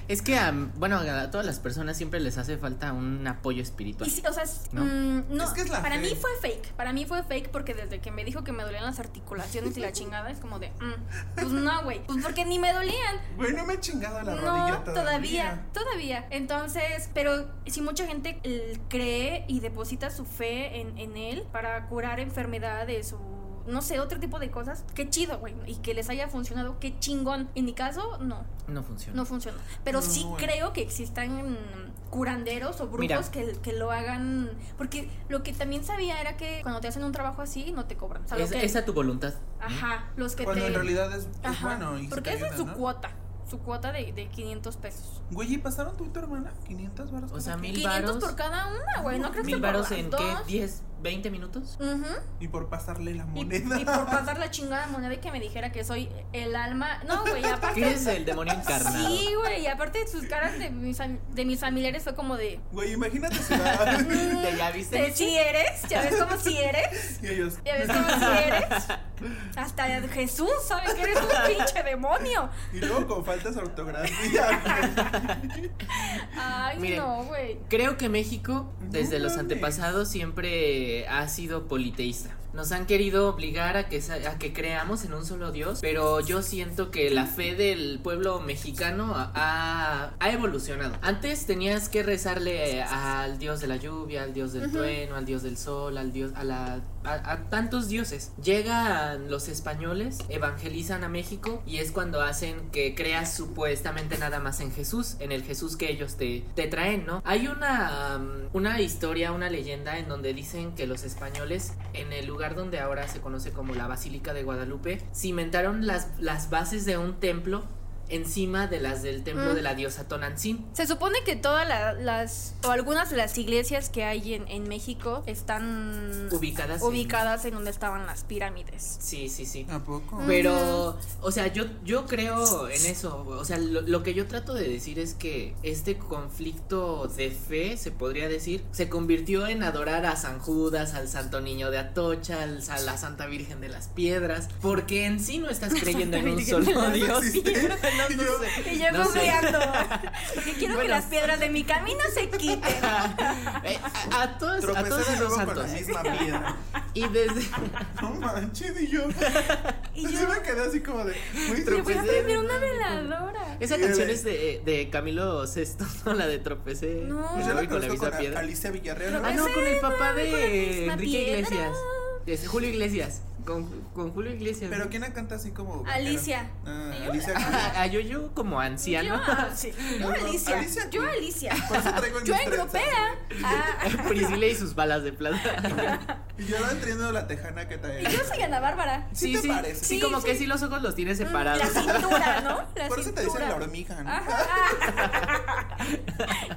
Es que, a, bueno, a todas las personas siempre les hace falta un apoyo espiritual. Y sí, o sea, es- ¿No? mm, no, Es que es la para fe. mí fue fake. Para mí fue fake porque desde que me dijo que me dolían las articulaciones y la chingada, es como de, mm, pues no, güey. Pues porque ni me dolían. Güey, no me he chingado la rodilla No, todavía, todavía. Entonces, pero si mucha gente eh, cree y deposita su fe en, en él para curar enfermedades o no sé, otro tipo de cosas, qué chido, güey. Y que les haya funcionado, qué chingón. En mi caso, no, No funciona. no funciona. Pero No, sí bueno. creo que existan mm, curanderos o Mira. brujos que, que lo hagan. Porque lo que también sabía era que cuando te hacen un trabajo así, no te cobran. O sea, lo es, que- es a tu voluntad. Ajá, los que Cuando te. en realidad es, es Ajá, bueno. Y se porque te esa es ayuda, su ¿no? cuota. Su cuota de, de 500 pesos. Güey, ¿y pasaron tú y tu hermana? 500 baros. O sea, cada mil 500 varos. por cada una, güey. No creo que Mil por varos las en dos. qué? ¿10, 20 minutos? Ujú. quien. Y por pasarle la Y, moneda. y por pasar la chingada moneda y que me dijera que soy el alma. No, güey, aparte. ¿Qué es el demonio encarnado? Sí, güey, y aparte sus caras de mis, fam- de mis familiares fue como de. Güey, imagínate si va- ¿Te ya viste? si eres, ya ves cómo si eres, Y ellos. ya ves cómo si eres. Hasta Jesús sabe que eres un pinche demonio. Y luego con faltas de ortografía. Ay, Miren. no, güey. Creo que México, desde No los mames. antepasados, siempre ha sido politeísta. Nos han querido obligar a que, sa- a que creamos en un solo Dios, pero yo siento que la fe del pueblo mexicano ha, ha evolucionado. Antes tenías que rezarle eh, al dios de la lluvia, al dios del trueno, al dios del sol, al dios, a, la, a, a tantos dioses. Llegan los españoles, evangelizan a México y es cuando hacen que creas supuestamente nada más en Jesús, en el Jesús que ellos te, te traen, ¿no? Hay una, um, una historia, una leyenda en donde dicen que los españoles, en el lugar donde ahora se conoce como la Basílica de Guadalupe, cimentaron las, las bases de un templo encima de las del templo Mm. de la diosa Tonantzin. Se supone que todas la- las, o algunas de las iglesias que hay en, en México están Ubicadas en- ubicadas en donde estaban las pirámides. Sí, sí, sí. ¿A poco? Pero, o sea, yo, yo creo en eso. O sea, lo, lo que yo trato de decir es que este conflicto de fe, se podría decir, se convirtió en adorar a San Judas, al Santo Niño de Atocha, al- a la Santa Virgen de las Piedras, porque en sí no estás creyendo en un Virgen de solo las Dios. Piedras. No, no Yo- sé. Y yo No sé. googleando, porque quiero que Bueno. las piedras de mi camino se quiten. Eh, a, a todos, a todos Tropecé de esos nuevo con la santos. misma piedra. Y desde. No manches, y yo. Y yo me quedé así como de. güey, Le voy a Tropecé. prender eh, una veladora. Esa Y canción de- es de, de Camilo Sesto, ¿no? La de Tropecé. No. me Pues yo la voy con la conozco misma con a- piedra. Alicia Villarreal. Ah, ¿no? no, con el papá Con la de misma Enrique piedra. Iglesias. Es Julio Iglesias. Con, con Julio Iglesias. Pero ¿no? ¿quién la canta así como? Alicia. Ah, Alicia. A, a Yoyo como anciano. Yo, ah, sí. Yo, Alicia. Alicia, Yo, ¿qué? Alicia. Por eso traigo Yo, mis trenzas, Engropera. Ah, Priscila y sus balas de plata. güey. Y yo no entiendo la tejana que y trae. yo soy Ana Bárbara. ¿Sí sí, te sí, parece? sí, Sí, como que sí. Mm, sí los ojos los tiene separados. La cintura, ¿no? La Por eso te dicen cintura. la hormiga, ¿no? Ajá.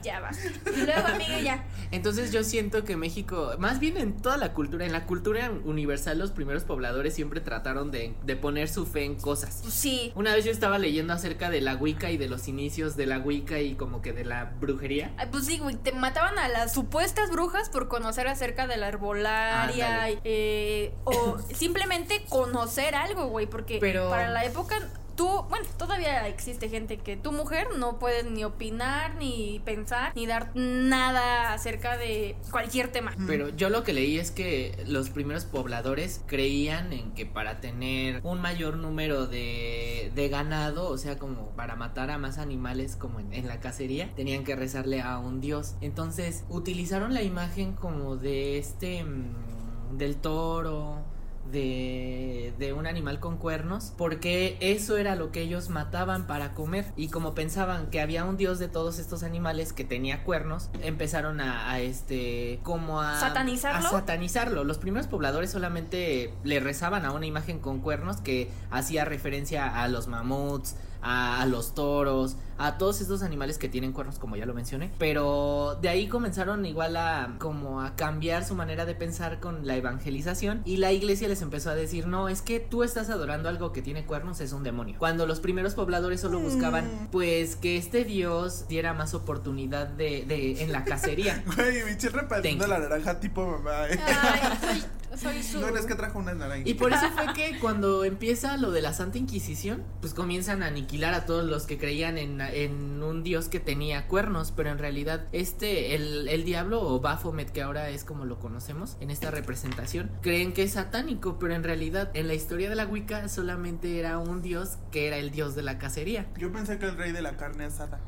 ya va. Y luego, amiga, ya. Entonces yo siento que México, más bien en toda la cultura, en la cultura universal, los primeros pobladores siempre trataron de, de poner su fe en cosas. Pues sí. Una vez yo estaba leyendo acerca de la Wicca y de los inicios de la Wicca y como que de la brujería. Ay, Pues sí, güey, te mataban a las supuestas brujas por conocer acerca de la herbolaria Ándale. eh, o simplemente conocer algo, güey, porque Pero- para la época tú, bueno, todavía existe gente que tu mujer no puedes ni opinar, ni pensar, ni dar nada acerca de cualquier tema. Pero yo lo que leí es que los primeros pobladores creían en que para tener un mayor número de, de ganado, o sea, como para matar a más animales como en, en la cacería, tenían que rezarle a un dios. Entonces utilizaron la imagen como de este, mm, del toro. De, de un animal con cuernos porque eso era lo que ellos mataban para comer y como pensaban que había un dios de todos estos animales que tenía cuernos empezaron a, a, este como a ¿Satanizarlo? a satanizarlo los primeros pobladores solamente le rezaban a una imagen con cuernos que hacía referencia a los mamuts a, a los toros, a todos estos animales que tienen cuernos, como ya lo mencioné. Pero de ahí comenzaron igual a como a cambiar su manera de pensar con la evangelización. Y la iglesia les empezó a decir: No, es que tú estás adorando algo que tiene cuernos, es un demonio. Cuando los primeros pobladores solo buscaban, pues, que este Dios diera más oportunidad de, de- en la cacería. Güey, Michelle repartiendo Thank la naranja tipo mamá. ¿eh? Ay, soy, soy su... No, es que trajo unas naranjas. Y por eso fue que cuando empieza lo de la Santa Inquisición, pues comienzan a aniquilar a todos los que creían en, en un dios que tenía cuernos, pero en realidad este, el, el diablo o Baphomet, que ahora es como lo conocemos en esta representación, creen que es satánico, pero en realidad en la historia de la Wicca solamente era un dios que era el dios de la cacería. Yo pensé que el rey de la carne asada.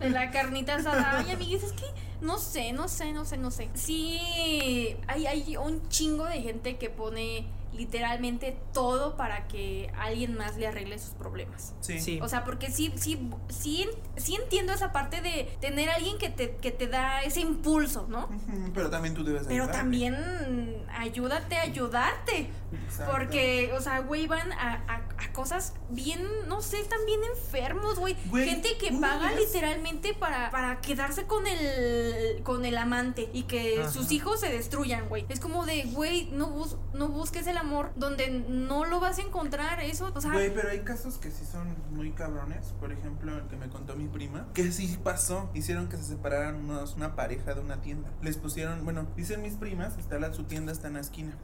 De la carnita asada. Ay, amiguis, es que no sé, no sé, no sé, no sé. Sí, hay, hay un chingo de gente que pone literalmente todo para que alguien más le arregle sus problemas. Sí. Sí. O sea, porque sí, sí, sí, en- sí entiendo esa parte de tener a alguien que te, que te da ese impulso, ¿no? Ujú, Pero también tú debes Pero ayudarme. también ayúdate a ayudarte. Exacto. Porque, o sea, güey, van a, a- a cosas bien, no sé, están bien enfermos, güey. Güey, Gente que una paga vez- literalmente para, para quedarse con el con el amante y que Ajá. sus hijos se destruyan, güey. Es como de, güey, no, bus- no busques el amor donde no lo vas a encontrar, eso, o sea... Güey, pero hay casos que sí son muy cabrones. Por ejemplo, el que me contó mi prima, que sí pasó. Hicieron que se separaran unos, una pareja de una tienda. Les pusieron, bueno, dicen mis primas, está la, su tienda está en la esquina.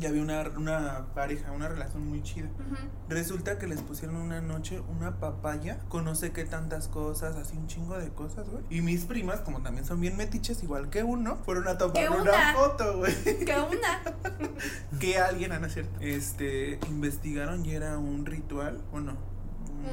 Y había una, una pareja, una relación muy chida. ujú. Resulta que les pusieron una noche una papaya con no sé qué tantas cosas, así un chingo de cosas, güey. Y mis primas, como también son bien metiches, igual que uno, fueron a tomar ¿Qué una? una? foto, güey. Que una... que alguien, ah, no es cierto. Este, investigaron y era un ritual, o no. Mm,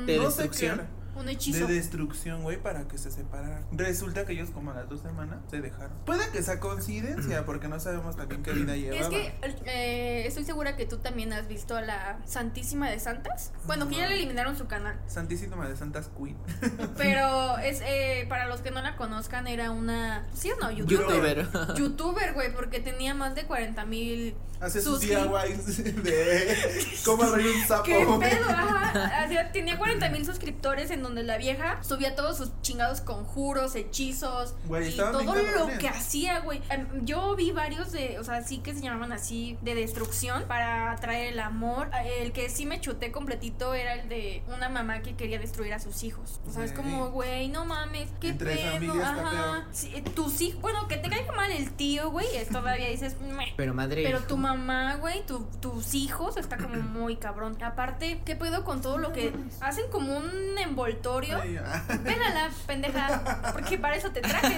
un- Te- ¿De no sé qué destrucción? era. Un de Mm. hechizo. destrucción, güey, para que se separaran. Resulta que ellos como a las dos semanas se dejaron. Puede que sea coincidencia, porque no sabemos también qué vida llevaba. Es que eh, estoy segura que tú también has visto a la Santísima de Santas. Bueno, que ya le eliminaron su canal. Santísima de Santas Queen. Pero es eh, para los que no la conozcan, era una. ¿Sí o no? Youtuber. Youtuber. Youtuber, güey, porque tenía más de 40 mil. Hace Sus sus DIYs de cómo abrir un sapo. ¿Qué güey. pedo? Ajá. O sea, tenía 40 mil suscriptores en donde la vieja subía todos sus chingados conjuros, hechizos Güey, y estaban todo bien lo cabrones. que hacía, güey. Em, Yo vi varios de, o sea, sí que se llamaban así de destrucción para atraer el amor. Ah, El que sí me chuté completito era el de una mamá que quería destruir a sus hijos. O sea, es Ok. como, güey, no mames, qué Entre pedo. familias está Ajá. peor. Sí, eh, tus hijos, bueno, que te caiga mal el tío, güey, es todavía dices, "Meh". Pero madre. Pero tu mamá, güey, tu- tus hijos está como muy cabrón. Aparte, ¿qué pedo con todo lo que hacen como un envoltorio? Ay, ah. Pélala, pendeja, porque para eso te traje.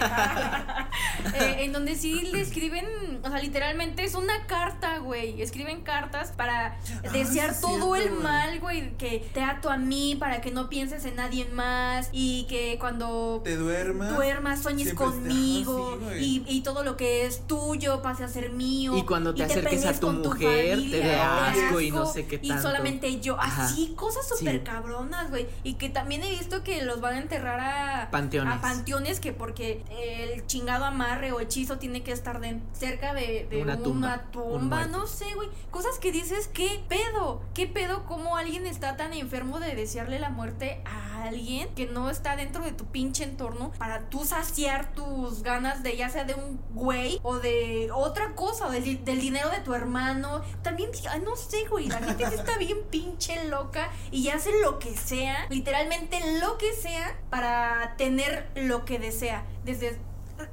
Eh, en donde sí le escriben, o sea, literalmente es una carta, güey. Escriben cartas para desear Ah, sí es todo el cierto, güey. mal, güey, que te ato a mí para que no pienses en nadie más y que cuando Te duermas. duermas, sueñes Siempre está- conmigo Ah, sí, güey. y, y todo lo que es tuyo pase a ser mío. Y cuando te acerques pelees a tu con mujer, te dé te asco y no sé qué Y tanto. solamente yo, Ajá. así, cosas Sí. súper cabronas, güey. Y que también he visto que los van a enterrar a Panteones. a panteones que porque el chingado amarre o hechizo tiene que estar de- cerca de, de Una una, tumba, tumba, un muerto. no sé, güey. Cosas que dices, ¿qué pedo? ¿Qué pedo cómo alguien está tan enfermo de desearle la muerte a alguien que no está dentro de tu pinche entorno para tú saciar tus ganas de ya sea de un güey o de otra cosa, del, di- del dinero de tu hermano? También, di- ay, no sé, güey, la gente sí está bien pinche loca y hace lo que sea, literalmente lo que sea para tener lo que desea. Desde...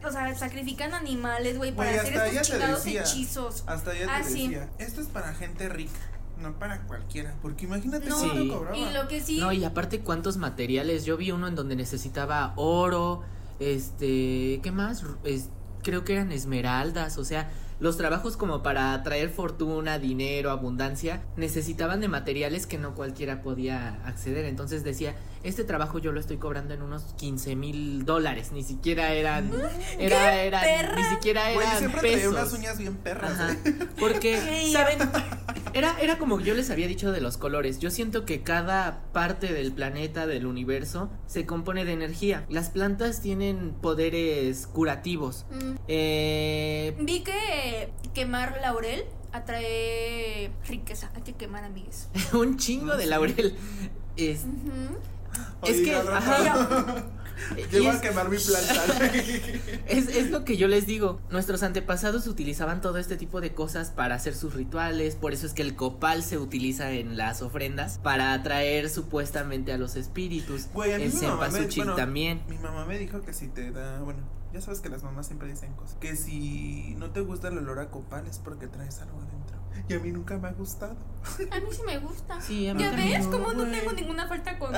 O sea, sacrifican animales, güey, para Güey, hacer hasta estos ella te chingados decía. hechizos. Hasta ya te Ah, sí. decía, esto es para gente rica, no para cualquiera, porque imagínate No, cuánto Sí. cobraba. Y lo que sí. No, y aparte cuántos materiales. Yo vi uno en donde necesitaba oro, este, ¿qué más? Ru- es- creo que eran esmeraldas, o sea, los trabajos como para atraer fortuna, dinero, abundancia, necesitaban de materiales que no cualquiera podía acceder. Entonces decía, este trabajo yo lo estoy cobrando en unos 15 mil dólares, ni siquiera eran, era, era, ni Mm, perra! siquiera Güey, eran siempre traía pesos. unas uñas bien perras. Ajá, ¿eh? Porque, Ey, ¿saben? Era, era como yo les había dicho de los colores. Yo siento que cada parte del planeta, del universo, se compone de energía. Las plantas tienen poderes curativos. Mm. Eh, Vi que quemar laurel atrae riqueza. Hay que quemar amigues. un chingo de laurel. Es, Ujú. es Oye, que. al rato ajá. Y Llego es- a quemar mi planta. Es, es lo que yo les digo. Nuestros antepasados utilizaban todo este tipo de cosas para hacer sus rituales. Por eso es que el copal se utiliza en las ofrendas para atraer supuestamente a los espíritus. Güey, a mí el mi mamá me- cempasúchil bueno, también. Mi mamá me dijo que si te da, bueno, ya sabes que las mamás siempre dicen cosas, que si no te gusta el olor a copal es porque traes algo adentro. Y a mí nunca me ha gustado. A mí sí me gusta. Sí, a mí ¿Ya también. ves? no, Como no güey. tengo ninguna falta con.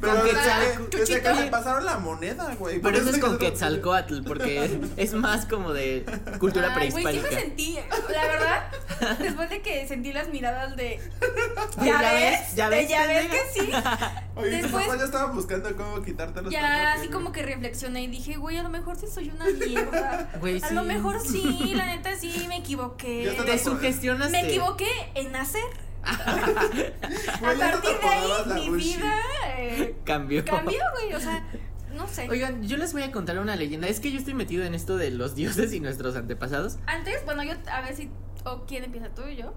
Pero que- desde, que- desde que Chuchito. se pasaron la moneda, güey. Pero eso es con Quetzalco Quetzalcoatl, porque es más como de cultura Ay, güey, sí prehispánica. me sentí. eh, La verdad, después de que sentí las miradas de. Ay, ¿Ya, ¿ya ves? ves? ¿Ya De, ves, ¿Ya ves pendeja? que sí? Oye, Después- Después... papá ya estaba buscando cómo quitarte los Ya así como que reflexioné y dije, güey, a lo mejor sí soy una mierda. Güey, A sí. lo mejor sí, la neta sí, me equivoqué. Ya está Te sugestionaste. Me equivoqué en hacer. Güey, a ya no te partir de ahí, acordabas la mi Rushi. vida eh, Cambió. cambió, güey. O sea, no sé. Oigan, yo les voy a contar una leyenda. Es que yo estoy metido en esto de los dioses y nuestros antepasados. Antes, bueno, yo a ver si. ¿O quién empieza tú y yo?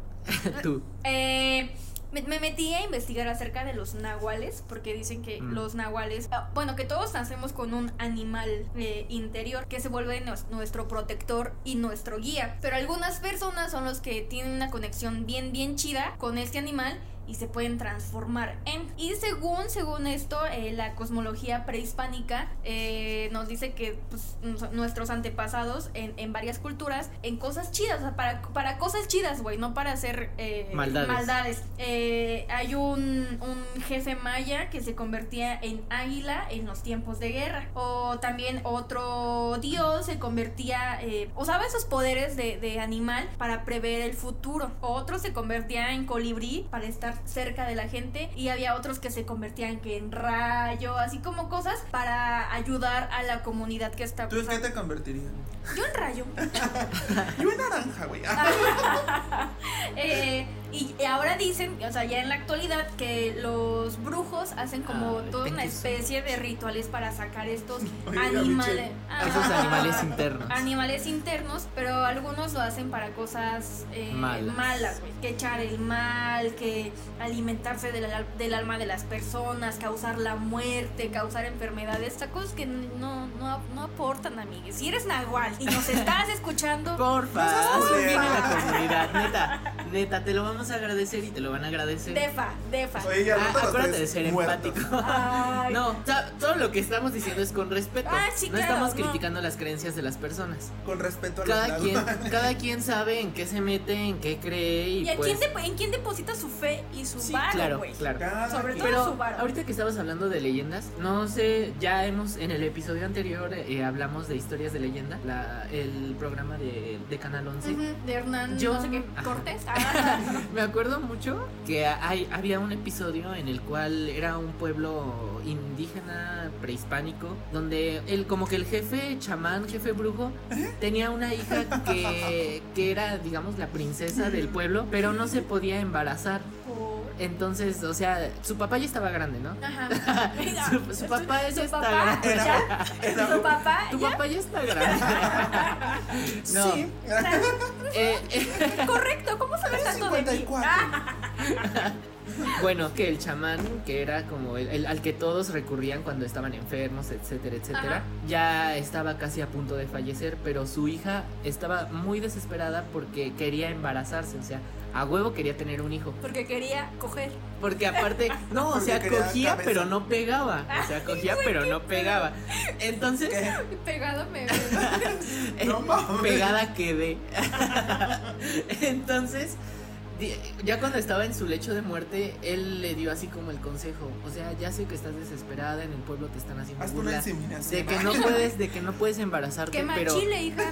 Tú. Eh, me, me metí a investigar acerca de los nahuales, porque dicen que Mm. los nahuales, ah, bueno, que todos nacemos con un animal eh, interior que se vuelve nos- nuestro protector y nuestro guía. Pero algunas personas son los que tienen una conexión bien, bien chida con este animal y se pueden transformar en. Y según, según esto, eh, la cosmología prehispánica eh, nos dice que pues, nos- nuestros antepasados en, en varias culturas, en cosas chidas, o sea, para, para cosas chidas, güey, no para hacer eh, Maldades. Eh, hay un, un jefe maya que se convertía en águila en los tiempos de guerra. O también otro dios se convertía, eh, usaba esos poderes de, de animal para prever el futuro. Otro se convertía en colibrí para estar cerca de la gente y había otros que se convertían que en rayo, así como cosas para ayudar a la comunidad que está ¿Tú en qué te convertirías? Yo en rayo. Yo en naranja, güey. Ah, Eh, y ahora dicen, o sea, ya en la actualidad, que los brujos hacen como Ah, toda una pinches. especie de rituales para sacar estos Oiga, animales. Michelle, Ah, esos animales internos. Animales internos, pero algunos lo hacen para cosas eh, Malas. malas, güey. Que echar el mal, que alimentarse del, al- del alma de las personas, causar la muerte, causar enfermedades. Estas cosas que no, no, no aportan, amigues. Si eres nahual y nos estás escuchando, Porfa, No seas hazle bien a la culera. comunidad, neta, neta, te lo vamos a agradecer y te lo van a agradecer. defa, defa. Oye, ya Ah, rato los acuérdate de tres ser muertos. empático. Ay. No, o sea, todo lo que estamos diciendo es con respeto. Ah, sí, no claro, estamos no. criticando las creencias de las personas. Con respeto a los Cada quien, nahuales. cada quien sabe en qué se mete, en qué cree y, ¿Y a pues, quién dep- en quién deposita su fe y su Sí, varo, claro, güey? claro. Cada Sobre quien. todo- Pero su varo. ahorita que estabas hablando de leyendas, no sé, ya hemos en el episodio anterior eh, hablamos de historias de leyenda, la- el programa de, de Canal 11. Ujú, De Hernán, Yo- no sé qué, Ajá. Cortés. Ah, Me acuerdo mucho que hay, había un episodio en el cual era un pueblo indígena prehispánico, donde él, como que el jefe chamán, jefe brujo, tenía una hija que, que era, digamos, la princesa del pueblo, pero no se podía embarazar. por- Entonces, o sea, su papá ya estaba grande, ¿no? Ajá. Venga, Su- su papá es su esta papá, pues gran- ya, Era- su papá, Tu ya, papá ya está grande. no, Sí. eh, eh, correcto, ¿cómo sabes tanto de mí? 54. Ah, Bueno, que el chamán, que era como el, el- al que todos recurrían cuando estaban enfermos, etcétera, etcétera, Ajá. ya estaba casi a punto de fallecer, pero su hija estaba muy desesperada porque quería embarazarse, o sea, a huevo quería tener un hijo. porque quería coger. Porque aparte, no, o Porque sea, quería cogía cabeza. pero no pegaba. O sea, cogía pero no pegaba. Entonces, ¿Qué? Pegado me... No mames. pegada quedé. Entonces, di- ya cuando estaba en su lecho de muerte, él le dio así como el consejo. O sea, ya sé que estás desesperada, en el pueblo te están haciendo Hazte una burla. De inseminación. que no puedes, de que no puedes embarazarte, Quema pero, chile, hija.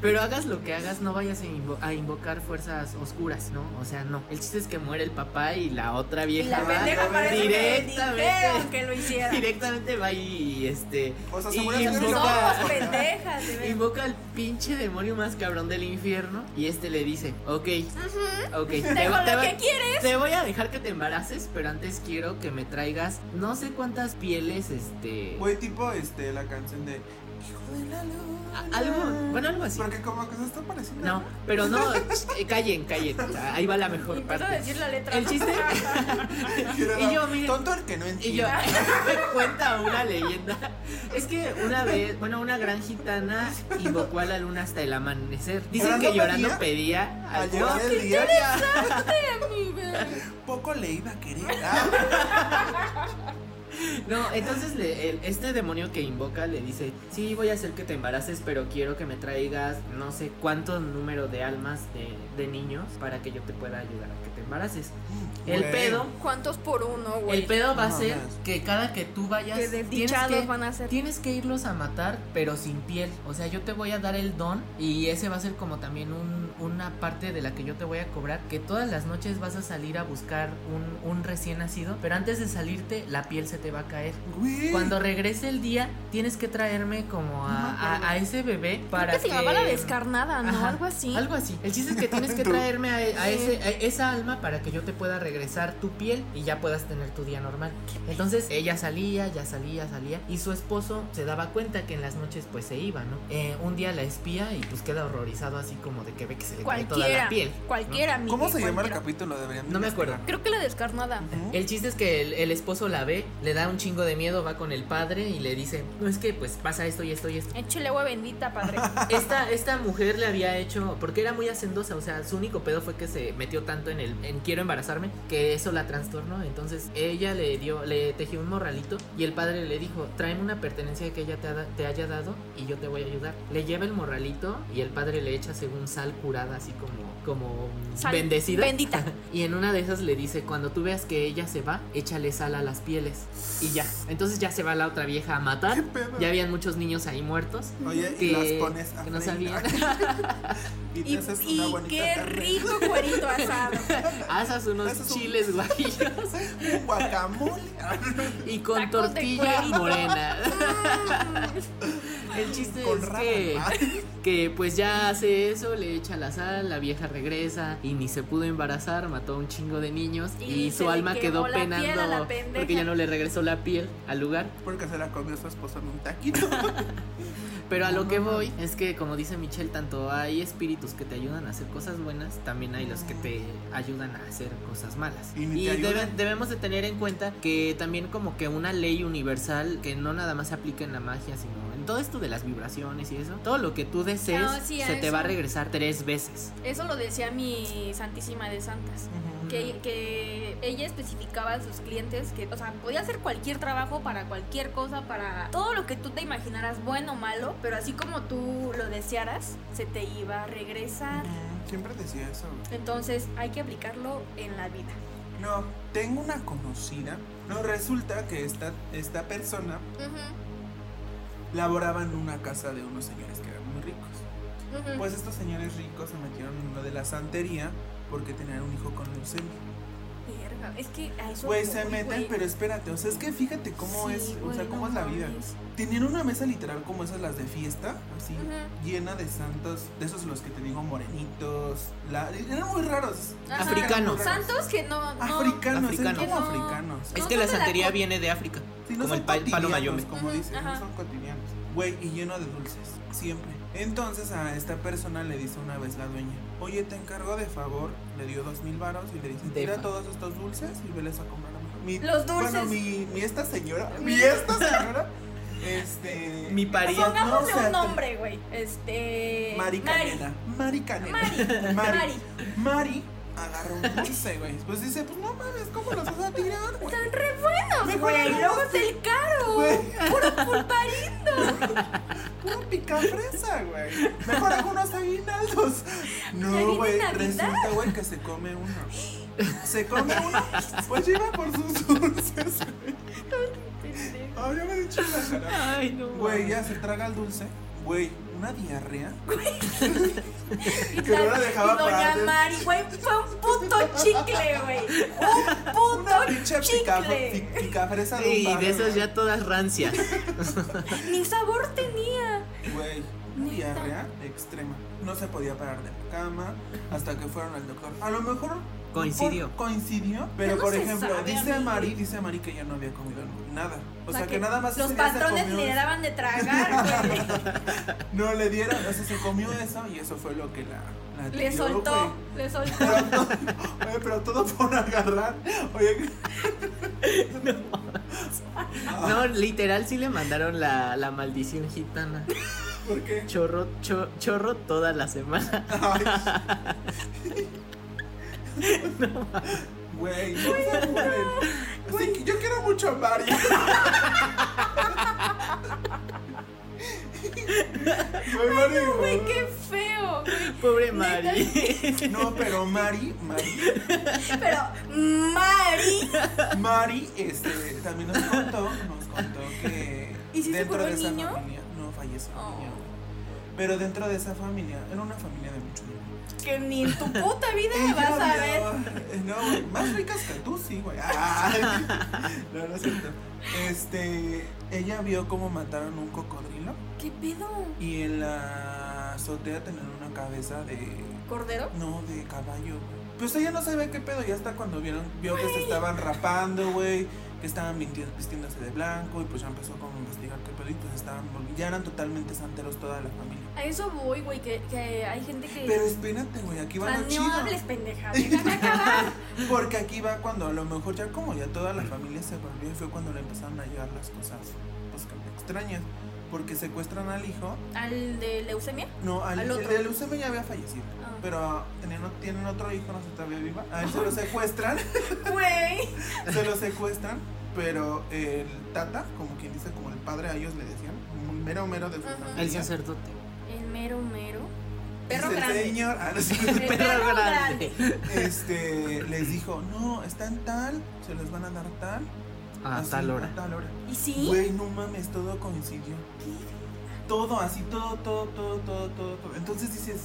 pero hagas lo que hagas, no vayas a, invo- a invocar fuerzas oscuras, ¿no? O sea, no. El chiste es que muere el papá y la otra Y vieja la va pendeja parece que directamente, dijeron que lo hiciera. directamente va y este O sea, y seguramente invoca- no. Somos pendejas, de verdad. Invoca al pinche demonio más cabrón del infierno y este le dice, ok, ok, te, Tengo va- te lo va- que quieres. te voy a dejar que te embaraces, pero antes quiero que me traigas no sé cuántas pieles, este... Güey, tipo este, la canción de Hijo de la a- luna. Algo, bueno, algo así. Porque como que se está pareciendo. No, pero no, eh, callen, callen, ahí va la mejor Empiezo a parte. decir la letra. El chiste... Y Y yo, miren. Tonto el que no Y yo, entiende. me cuenta una leyenda. Es que una vez, bueno, una gran gitana invocó a la luna hasta el amanecer. Dicen que ¿Llorando llorando pedía Al al llegar el día, Mi bebé. poco le iba a querer. Ah, No, entonces le- el- este demonio que invoca le dice, sí, voy a hacer que te embaraces, pero quiero que me traigas no sé cuánto número de almas de, de niños para que yo te pueda ayudar a que te embaraces. El güey. pedo, ¿Cuántos por uno, güey? el pedo va a No ser mames. que cada que tú vayas, Que tienes que, desdichados van a ser. tienes que irlos a matar, pero sin piel. O sea, yo te voy a dar el don y ese va a ser como también un- una parte de la que yo te voy a cobrar, que todas las noches vas a salir a buscar un, un recién nacido, pero antes de salirte la piel se te va a caer. Güey. Cuando regrese el día, tienes que traerme como a, a- a ese bebé para Creo que se llamaba la descarga descarnada, ¿no? Ajá, Algo así. Algo así. El chiste es que tienes que traerme a, a ese, a esa alma para que yo te pueda regresar tu piel y ya puedas tener tu día normal. Entonces ella salía, ya salía, salía. Y su esposo se daba cuenta que en las noches pues se iba, ¿no? Eh, un día la espía y pues queda horrorizado así como de que ve que se le cae toda Cualquiera. la piel. Cualquiera, amigo, ¿Cómo se llama el cualquiera. capítulo? Deberían de No me acuerdo. investigar. Creo que la descarnada. Ujú. El chiste es que el, el esposo la ve, le da un chingo de miedo, va con el padre y le dice, no es que pues pasa esto y esto y esto. Échale agua bendita, padre. Esta, esta mujer le había hecho, porque era muy hacendosa, o sea, su único pedo fue que se metió tanto en el en quiero embarazarme, que eso la trastornó. Entonces ella le dio, le tejió un morralito y el padre le dijo, tráeme una pertenencia que ella te, ha da- te haya dado y yo te voy a ayudar. Le lleva el morralito y el padre le echa según sal curada, así como, como Sal. bendecida. Bendita. Y en una de esas le dice, cuando tú veas que ella se va, échale sal a las pieles. Y y ya. Entonces ya se va la otra vieja a matar. ¿Qué pedo? Ya habían muchos niños ahí muertos. Oye, y las pones a que no freír. sabían. Y, te Y, haces y una bonita qué carne. rico cuerito asado. Haces unos Haces un- chiles guajillos Un guacamole. y con Tacos de tortilla cuerito. morena. El chiste Con es rama. que, que pues ya hace eso, le echa la sal, la vieja regresa y ni se pudo embarazar, mató a un chingo de niños y, Y se su le alma quemó quedó la piel a la penando pendeja. porque ya no le regresó la piel al lugar. Porque se la comió su esposo en un taquito. Pero a lo que voy es que, como dice Michelle, tanto hay espíritus que te ayudan a hacer cosas buenas, también hay los que te ayudan a hacer cosas malas. Y Y, ni te debe- ayudan. debemos de tener en cuenta que también como que una ley universal que no nada más se aplica en la magia, sino en todo esto de las vibraciones y eso, todo lo que tú desees No, sí, a se te va a eso. regresar tres veces. Eso lo decía mi Santísima de Santas. Que, que ella especificaba a sus clientes que, o sea, podía hacer cualquier trabajo para cualquier cosa, para todo lo que tú te imaginaras, bueno o malo, pero así como tú lo desearas, se te iba a regresar. Ujú, Siempre decía eso. Entonces hay que aplicarlo en la vida. No, tengo una conocida. No, resulta que esta, esta persona laboraba en una casa de unos señores que eran muy ricos. Ujú. Pues estos señores ricos se metieron en lo de la santería porque tenían un hijo con leucemia. Verga, Es que a eso. Pues se voy, meten, güey. pero espérate, o sea, es que fíjate cómo Sí, es, o güey, sea, no cómo es la vida. mames. Tenían una mesa literal como esas las de fiesta, así, Ujú. llena de santos, de esos los que te digo morenitos, la- eran muy raros. Ajá. Africanos. Eran muy raros. Santos que no. no Africanos, eran Africanos. como No. africanos. es no que te la la santería co- viene de África, Sí, no como el son pa- palo cotidianos, mayome. Como Ujú, dicen, no ajá. son cotidianos. Güey, y lleno de dulces, siempre. Entonces a esta persona le dice una vez la dueña, oye, te encargo de favor, le dio dos mil varos y le dice, De tira fa- todos estos dulces y veles a comprar a mi... mi- Los dulces. Bueno, mi, mi esta señora, mi esta señora, este... Mi pariente. no, o Pongámosle sea, un nombre, güey. Este. Mari Canela. Mari Canela. Mari. Mari. Mari. agarró un dulce, güey. Pues dice, pues no mames, ¿cómo los vas a tirar, güey? Están re buenos, Mejor güey. el Luego es rosti. el caro. Güey. Puro pulparindo. Puro picafresa, güey. Mejor algunos aguinaldos. ¿Ya No, viene güey. Navidad? Resulta, güey, que se come uno. Se come uno. Pues lleva por sus dulces, güey. Ay, ya me he dicho la cara. Ay, no. Güey, ya se traga el dulce. Güey, una diarrea. Y, Que no la tal- dejaba y doña parar. Mari, güey, fue un puto chicle, güey. Un Una puto pinche pica- chicle. pi- picafresa de un Sí, barrio, de esas güey. ya todas rancias. Ni sabor tenía. Güey, una diarrea extrema. No se podía parar de la cama hasta que fueron al doctor. A lo mejor Coincidió. por- coincidió, pero no por se ejemplo, sabe, dice amigo. Mari, dice Mari que ya no había comido nada. O sea, que, nada más Los ese día se patrones comió le eso. daban de tragar, güey. No le dieron, o sea, se comió eso y eso fue lo que la la Le tiró, soltó, güey. le soltó. Pero, no- oye, pero todo por agarrar. Oye, Ah, No, literal sí le mandaron la, la maldición gitana. ¿por qué? Chorro, cho- chorro toda la semana. Ay. Güey, no se apuren. Así que yo quiero mucho a Mario. Güey, Mario. Güey, qué feo, güey. Pobre Neta. Mari. No, pero Mari, Mari, Pero Mari Mari, este, también nos contó, nos contó que ¿Y si se dentro curó de el esa niño? familia, no falleció el Oh. niño, güey. pero dentro de esa familia, era una familia de mucho dinero. que ni en tu puta vida Ella vas a ver. vio- No, güey, más ricas que tú, sí, güey. Ay. No, no es cierto. Este, ella vio cómo mataron un cocodrilo ¿Qué pedo? y en la azotea tenían una cabeza de. ¿Cordero? No, de caballo, güey. Pues ella no sabía qué pedo, ya hasta cuando vieron, vio que se estaban rapando, güey, que estaban mintiendo- vistiéndose de blanco, y pues ya empezó como a investigar qué pedo, y pues estaban, ya eran totalmente santeros toda la familia. A eso voy, güey, que, que hay gente que. Pero espérate, güey, aquí O va sea, lo no chido. hables, pendeja. déjame acabar. Porque aquí va cuando a lo mejor ya como ya toda la familia se volvió y fue cuando le empezaron a llegar las cosas pues que me extrañas. Porque secuestran al hijo. ¿Al de leucemia? No, al, Al el otro. de leucemia ya había fallecido. Ah. Pero ah, tenían, tienen otro hijo, no sé, todavía viva. A él se lo secuestran. Güey. se lo secuestran. Pero el tata, como quien dice, como el padre a ellos le decían, como el mero mero de su Ajá. familia. El sacerdote. El mero mero. Dice, Perro grande. Señor, ah, no sé. El perro grande. este, les dijo, no, están tal, se los van a dar tal. A así, tal hora. A tal hora. ¿Y sí? Güey, no mames, todo coincidió. Todo, así, todo, todo, todo, todo, todo, todo. Entonces dices,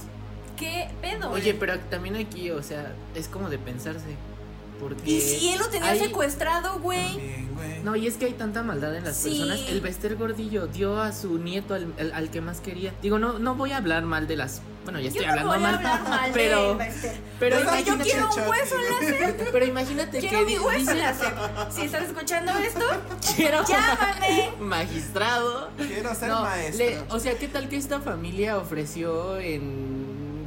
¿Qué pedo? Oye, pero también aquí, o sea, es como de pensarse. Porque. ¿Y si él lo tenía eh, hay- secuestrado, güey? bien, güey. No, y es que hay tanta maldad en las Sí. personas. El Bester Gordillo dio a su nieto al, al- al que más quería. Digo, no, no voy a hablar mal de las. Bueno, ya estoy Yo no hablando voy mal. a hablar mal pero, de Bester. pero, Porque yo imagínate, quiero un chacha, hueso en la SEP. pero imagínate que Quiero mi di- hueso en dicen- la SEP. Si estás escuchando esto, quiero llámame. magistrado. Quiero ser No, maestro. le- o sea, ¿qué tal que esta familia ofreció en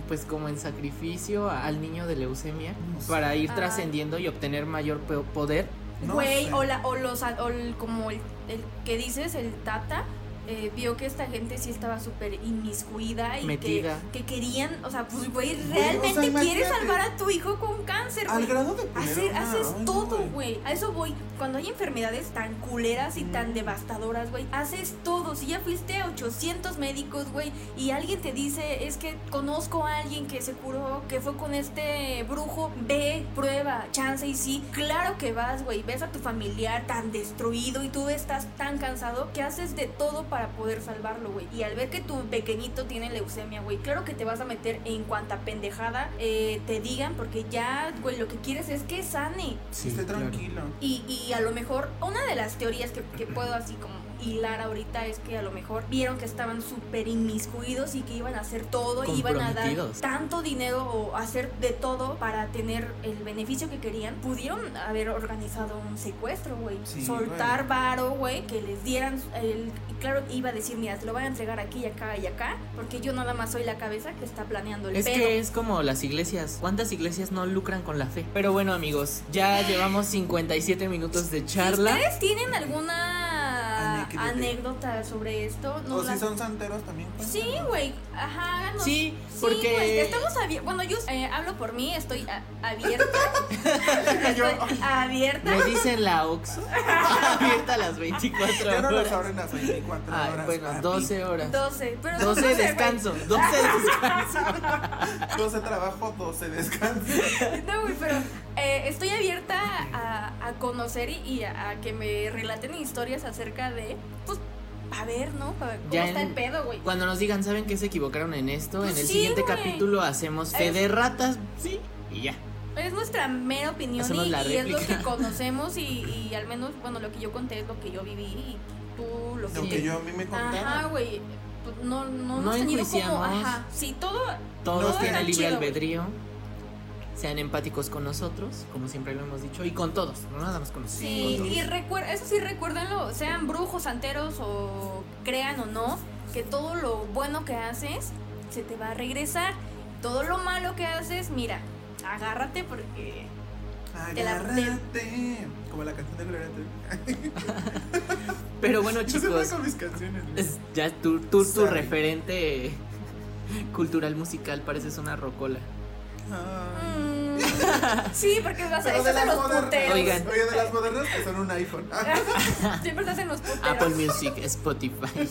pues como en sacrificio a- al niño de leucemia No sé. para ir Ay. trascendiendo y obtener mayor po- poder? No Güey, sé. o, la- o los, o el- como el, el que dices, el Tata, eh, vio que esta gente sí estaba súper inmiscuida y que, Metida. que querían, o sea, pues, güey, o sea, realmente quieres imagínate. salvar a tu hijo con cáncer, Al güey. grado de poner Hacer- una- haces ay, no, todo, güey. A eso voy. Cuando hay enfermedades tan culeras y tan devastadoras, güey, haces todo. Si ya fuiste a 800 médicos, güey, y alguien te dice, es que conozco a alguien que se curó, que fue con este brujo, ve, prueba, chance y sí. Claro que vas, güey. Ves a tu familiar tan destruido y tú estás tan cansado que haces de todo para poder salvarlo, güey. Y al ver que tu pequeñito tiene leucemia, güey, claro que te vas a meter en cuanta pendejada eh, te digan, porque ya, güey, lo que quieres es que sane. Sí, Esté claro. tranquilo. Y, y a lo mejor, una de las teorías que, que puedo así como hilar ahorita es que a lo mejor vieron que estaban súper inmiscuidos y que iban a hacer todo, y iban a dar Comprometidos. tanto dinero o hacer de todo para tener el beneficio que querían. Pudieron haber organizado un secuestro, güey. Sí, Soltar güey. varo, güey, que les dieran el... y claro, iba a decir, mira, te lo van a entregar aquí y acá y acá, porque yo nada más soy la cabeza que está planeando el Es pedo. que es como las iglesias. ¿Cuántas iglesias no lucran con la fe? Pero bueno, amigos, ya llevamos 57 minutos de charla. ¿Ustedes tienen alguna Anécdota. anécdota sobre esto? O si la- son santeros también. pues. Sí, güey. Ajá, háganos. Sí, Sí, porque güey, estamos abiertos. Bueno, yo eh, hablo por mí, estoy a- abierta. estoy abierta. me dicen la Oxxo abierta a las 24 Ya no los horas. abren las 24 Ay, horas. Ah, bueno, papi. 12 horas. 12. Pero 12 güey. descanso, 12 descanso. 12 trabajo, 12 descanso. No, güey, pero eh, estoy abierta a, a conocer y, y a, a que me relaten historias acerca de. Pues, a ver, ¿no? Pa- ¿Cómo Ya está en- el pedo, güey? Cuando nos digan, ¿saben qué se equivocaron en esto? Pues en el sí, siguiente güey. capítulo hacemos fe Es- de ratas, sí, y ya. Es nuestra mera opinión y, Hacemos la y es lo réplica. que conocemos y, y al menos, bueno, lo que yo conté es lo que yo viví y tú lo Lo que que yo a mí me Ajá, contaron. güey. pues, No, no, No hemos tenido como. enjuiciamos. Ajá. Sí, todo. Todos No, tienen está libre chido, güey. albedrío. Sean empáticos con nosotros, como siempre lo hemos dicho, y con todos, no nada más con nosotros. Sí. con Y todos. recuer eso sí, recuérdenlo. Sean brujos, santeros o crean o no. Que todo lo bueno que haces se te va a regresar. Todo lo malo que haces, mira, agárrate porque. te la- Agárrate. Como la canción de Gloria Trevi. Pero bueno, Yo siempre chicos, con mis canciones. güey. es- ya tú, tú- tu Sorry. referente cultural musical pareces una rocola. Ah. mm, sí, porque vas a. Pero Estás en los modernas. puteros. Oigan. Oye, de las modernas que son un iPhone. Ah. Siempre estás en los puteros. Apple Music, Spotify.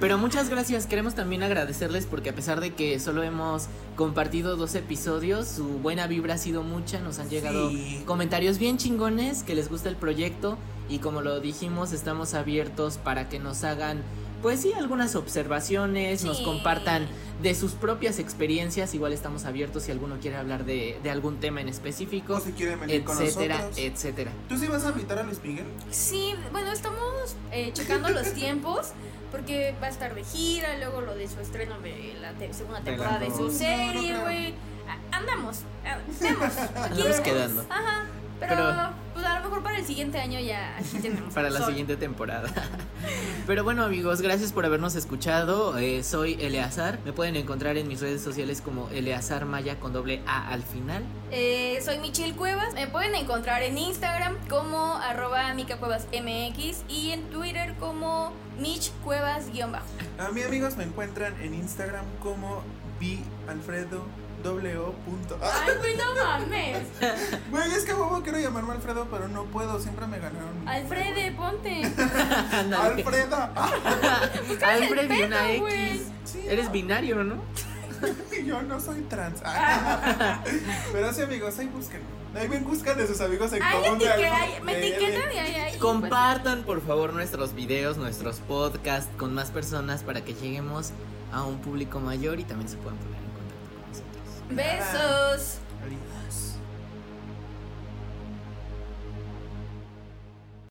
Pero muchas gracias. Queremos también agradecerles porque a pesar de que solo hemos compartido dos episodios, su buena vibra ha sido mucha. Nos han llegado Sí. comentarios bien chingones que les gusta el proyecto y como lo dijimos, estamos abiertos para que nos hagan pues sí algunas observaciones, nos Sí. compartan de sus propias experiencias, igual estamos abiertos si alguno quiere hablar de, de algún tema en específico, O si quieren Pues venir con etcétera, nosotros. etcétera. ¿Tú sí vas a invitar a Luis Miguel? Sí, bueno, estamos eh, checando los tiempos porque va a estar de gira, luego lo de su estreno de la te- segunda De la temporada de su dos. serie, No, no creo. güey. A- Andamos, andamos. Andamos quedando Ajá, pero, Pero- pues a lo mejor para el siguiente año ya aquí tenemos. para el la sol. siguiente temporada. Pero bueno amigos, gracias por habernos escuchado. Eh, soy Eleazar. Me pueden encontrar en mis redes sociales como Eleazar Maya con doble A al final. Eh, soy Michelle Cuevas. Me pueden encontrar en Instagram como arroba micacuevasmx y en Twitter como michcuevas-bajo. A mí, amigos, me encuentran en Instagram como Alfredo Ay, güey, no mames. Ah, Güey, es que huevo quiero llamarme Alfredo, pero no puedo, siempre me ganaron. Alfrede, ponte. Ándale. Alfreda. Ah, Alfred y una pedo, güey. X. Eres binario, ¿no? Yo no soy trans. Ah. Pero sí, amigos, ahí busquen. Ahí ven, buscan de sus amigos en Ay, común. de etiqueta, algún- me de- etiquetan y ahí, ahí. pues. Compartan por favor nuestros videos, nuestros podcasts con más personas para que lleguemos a un público mayor y también se puedan poner en contacto con nosotros. Besos. Adiós.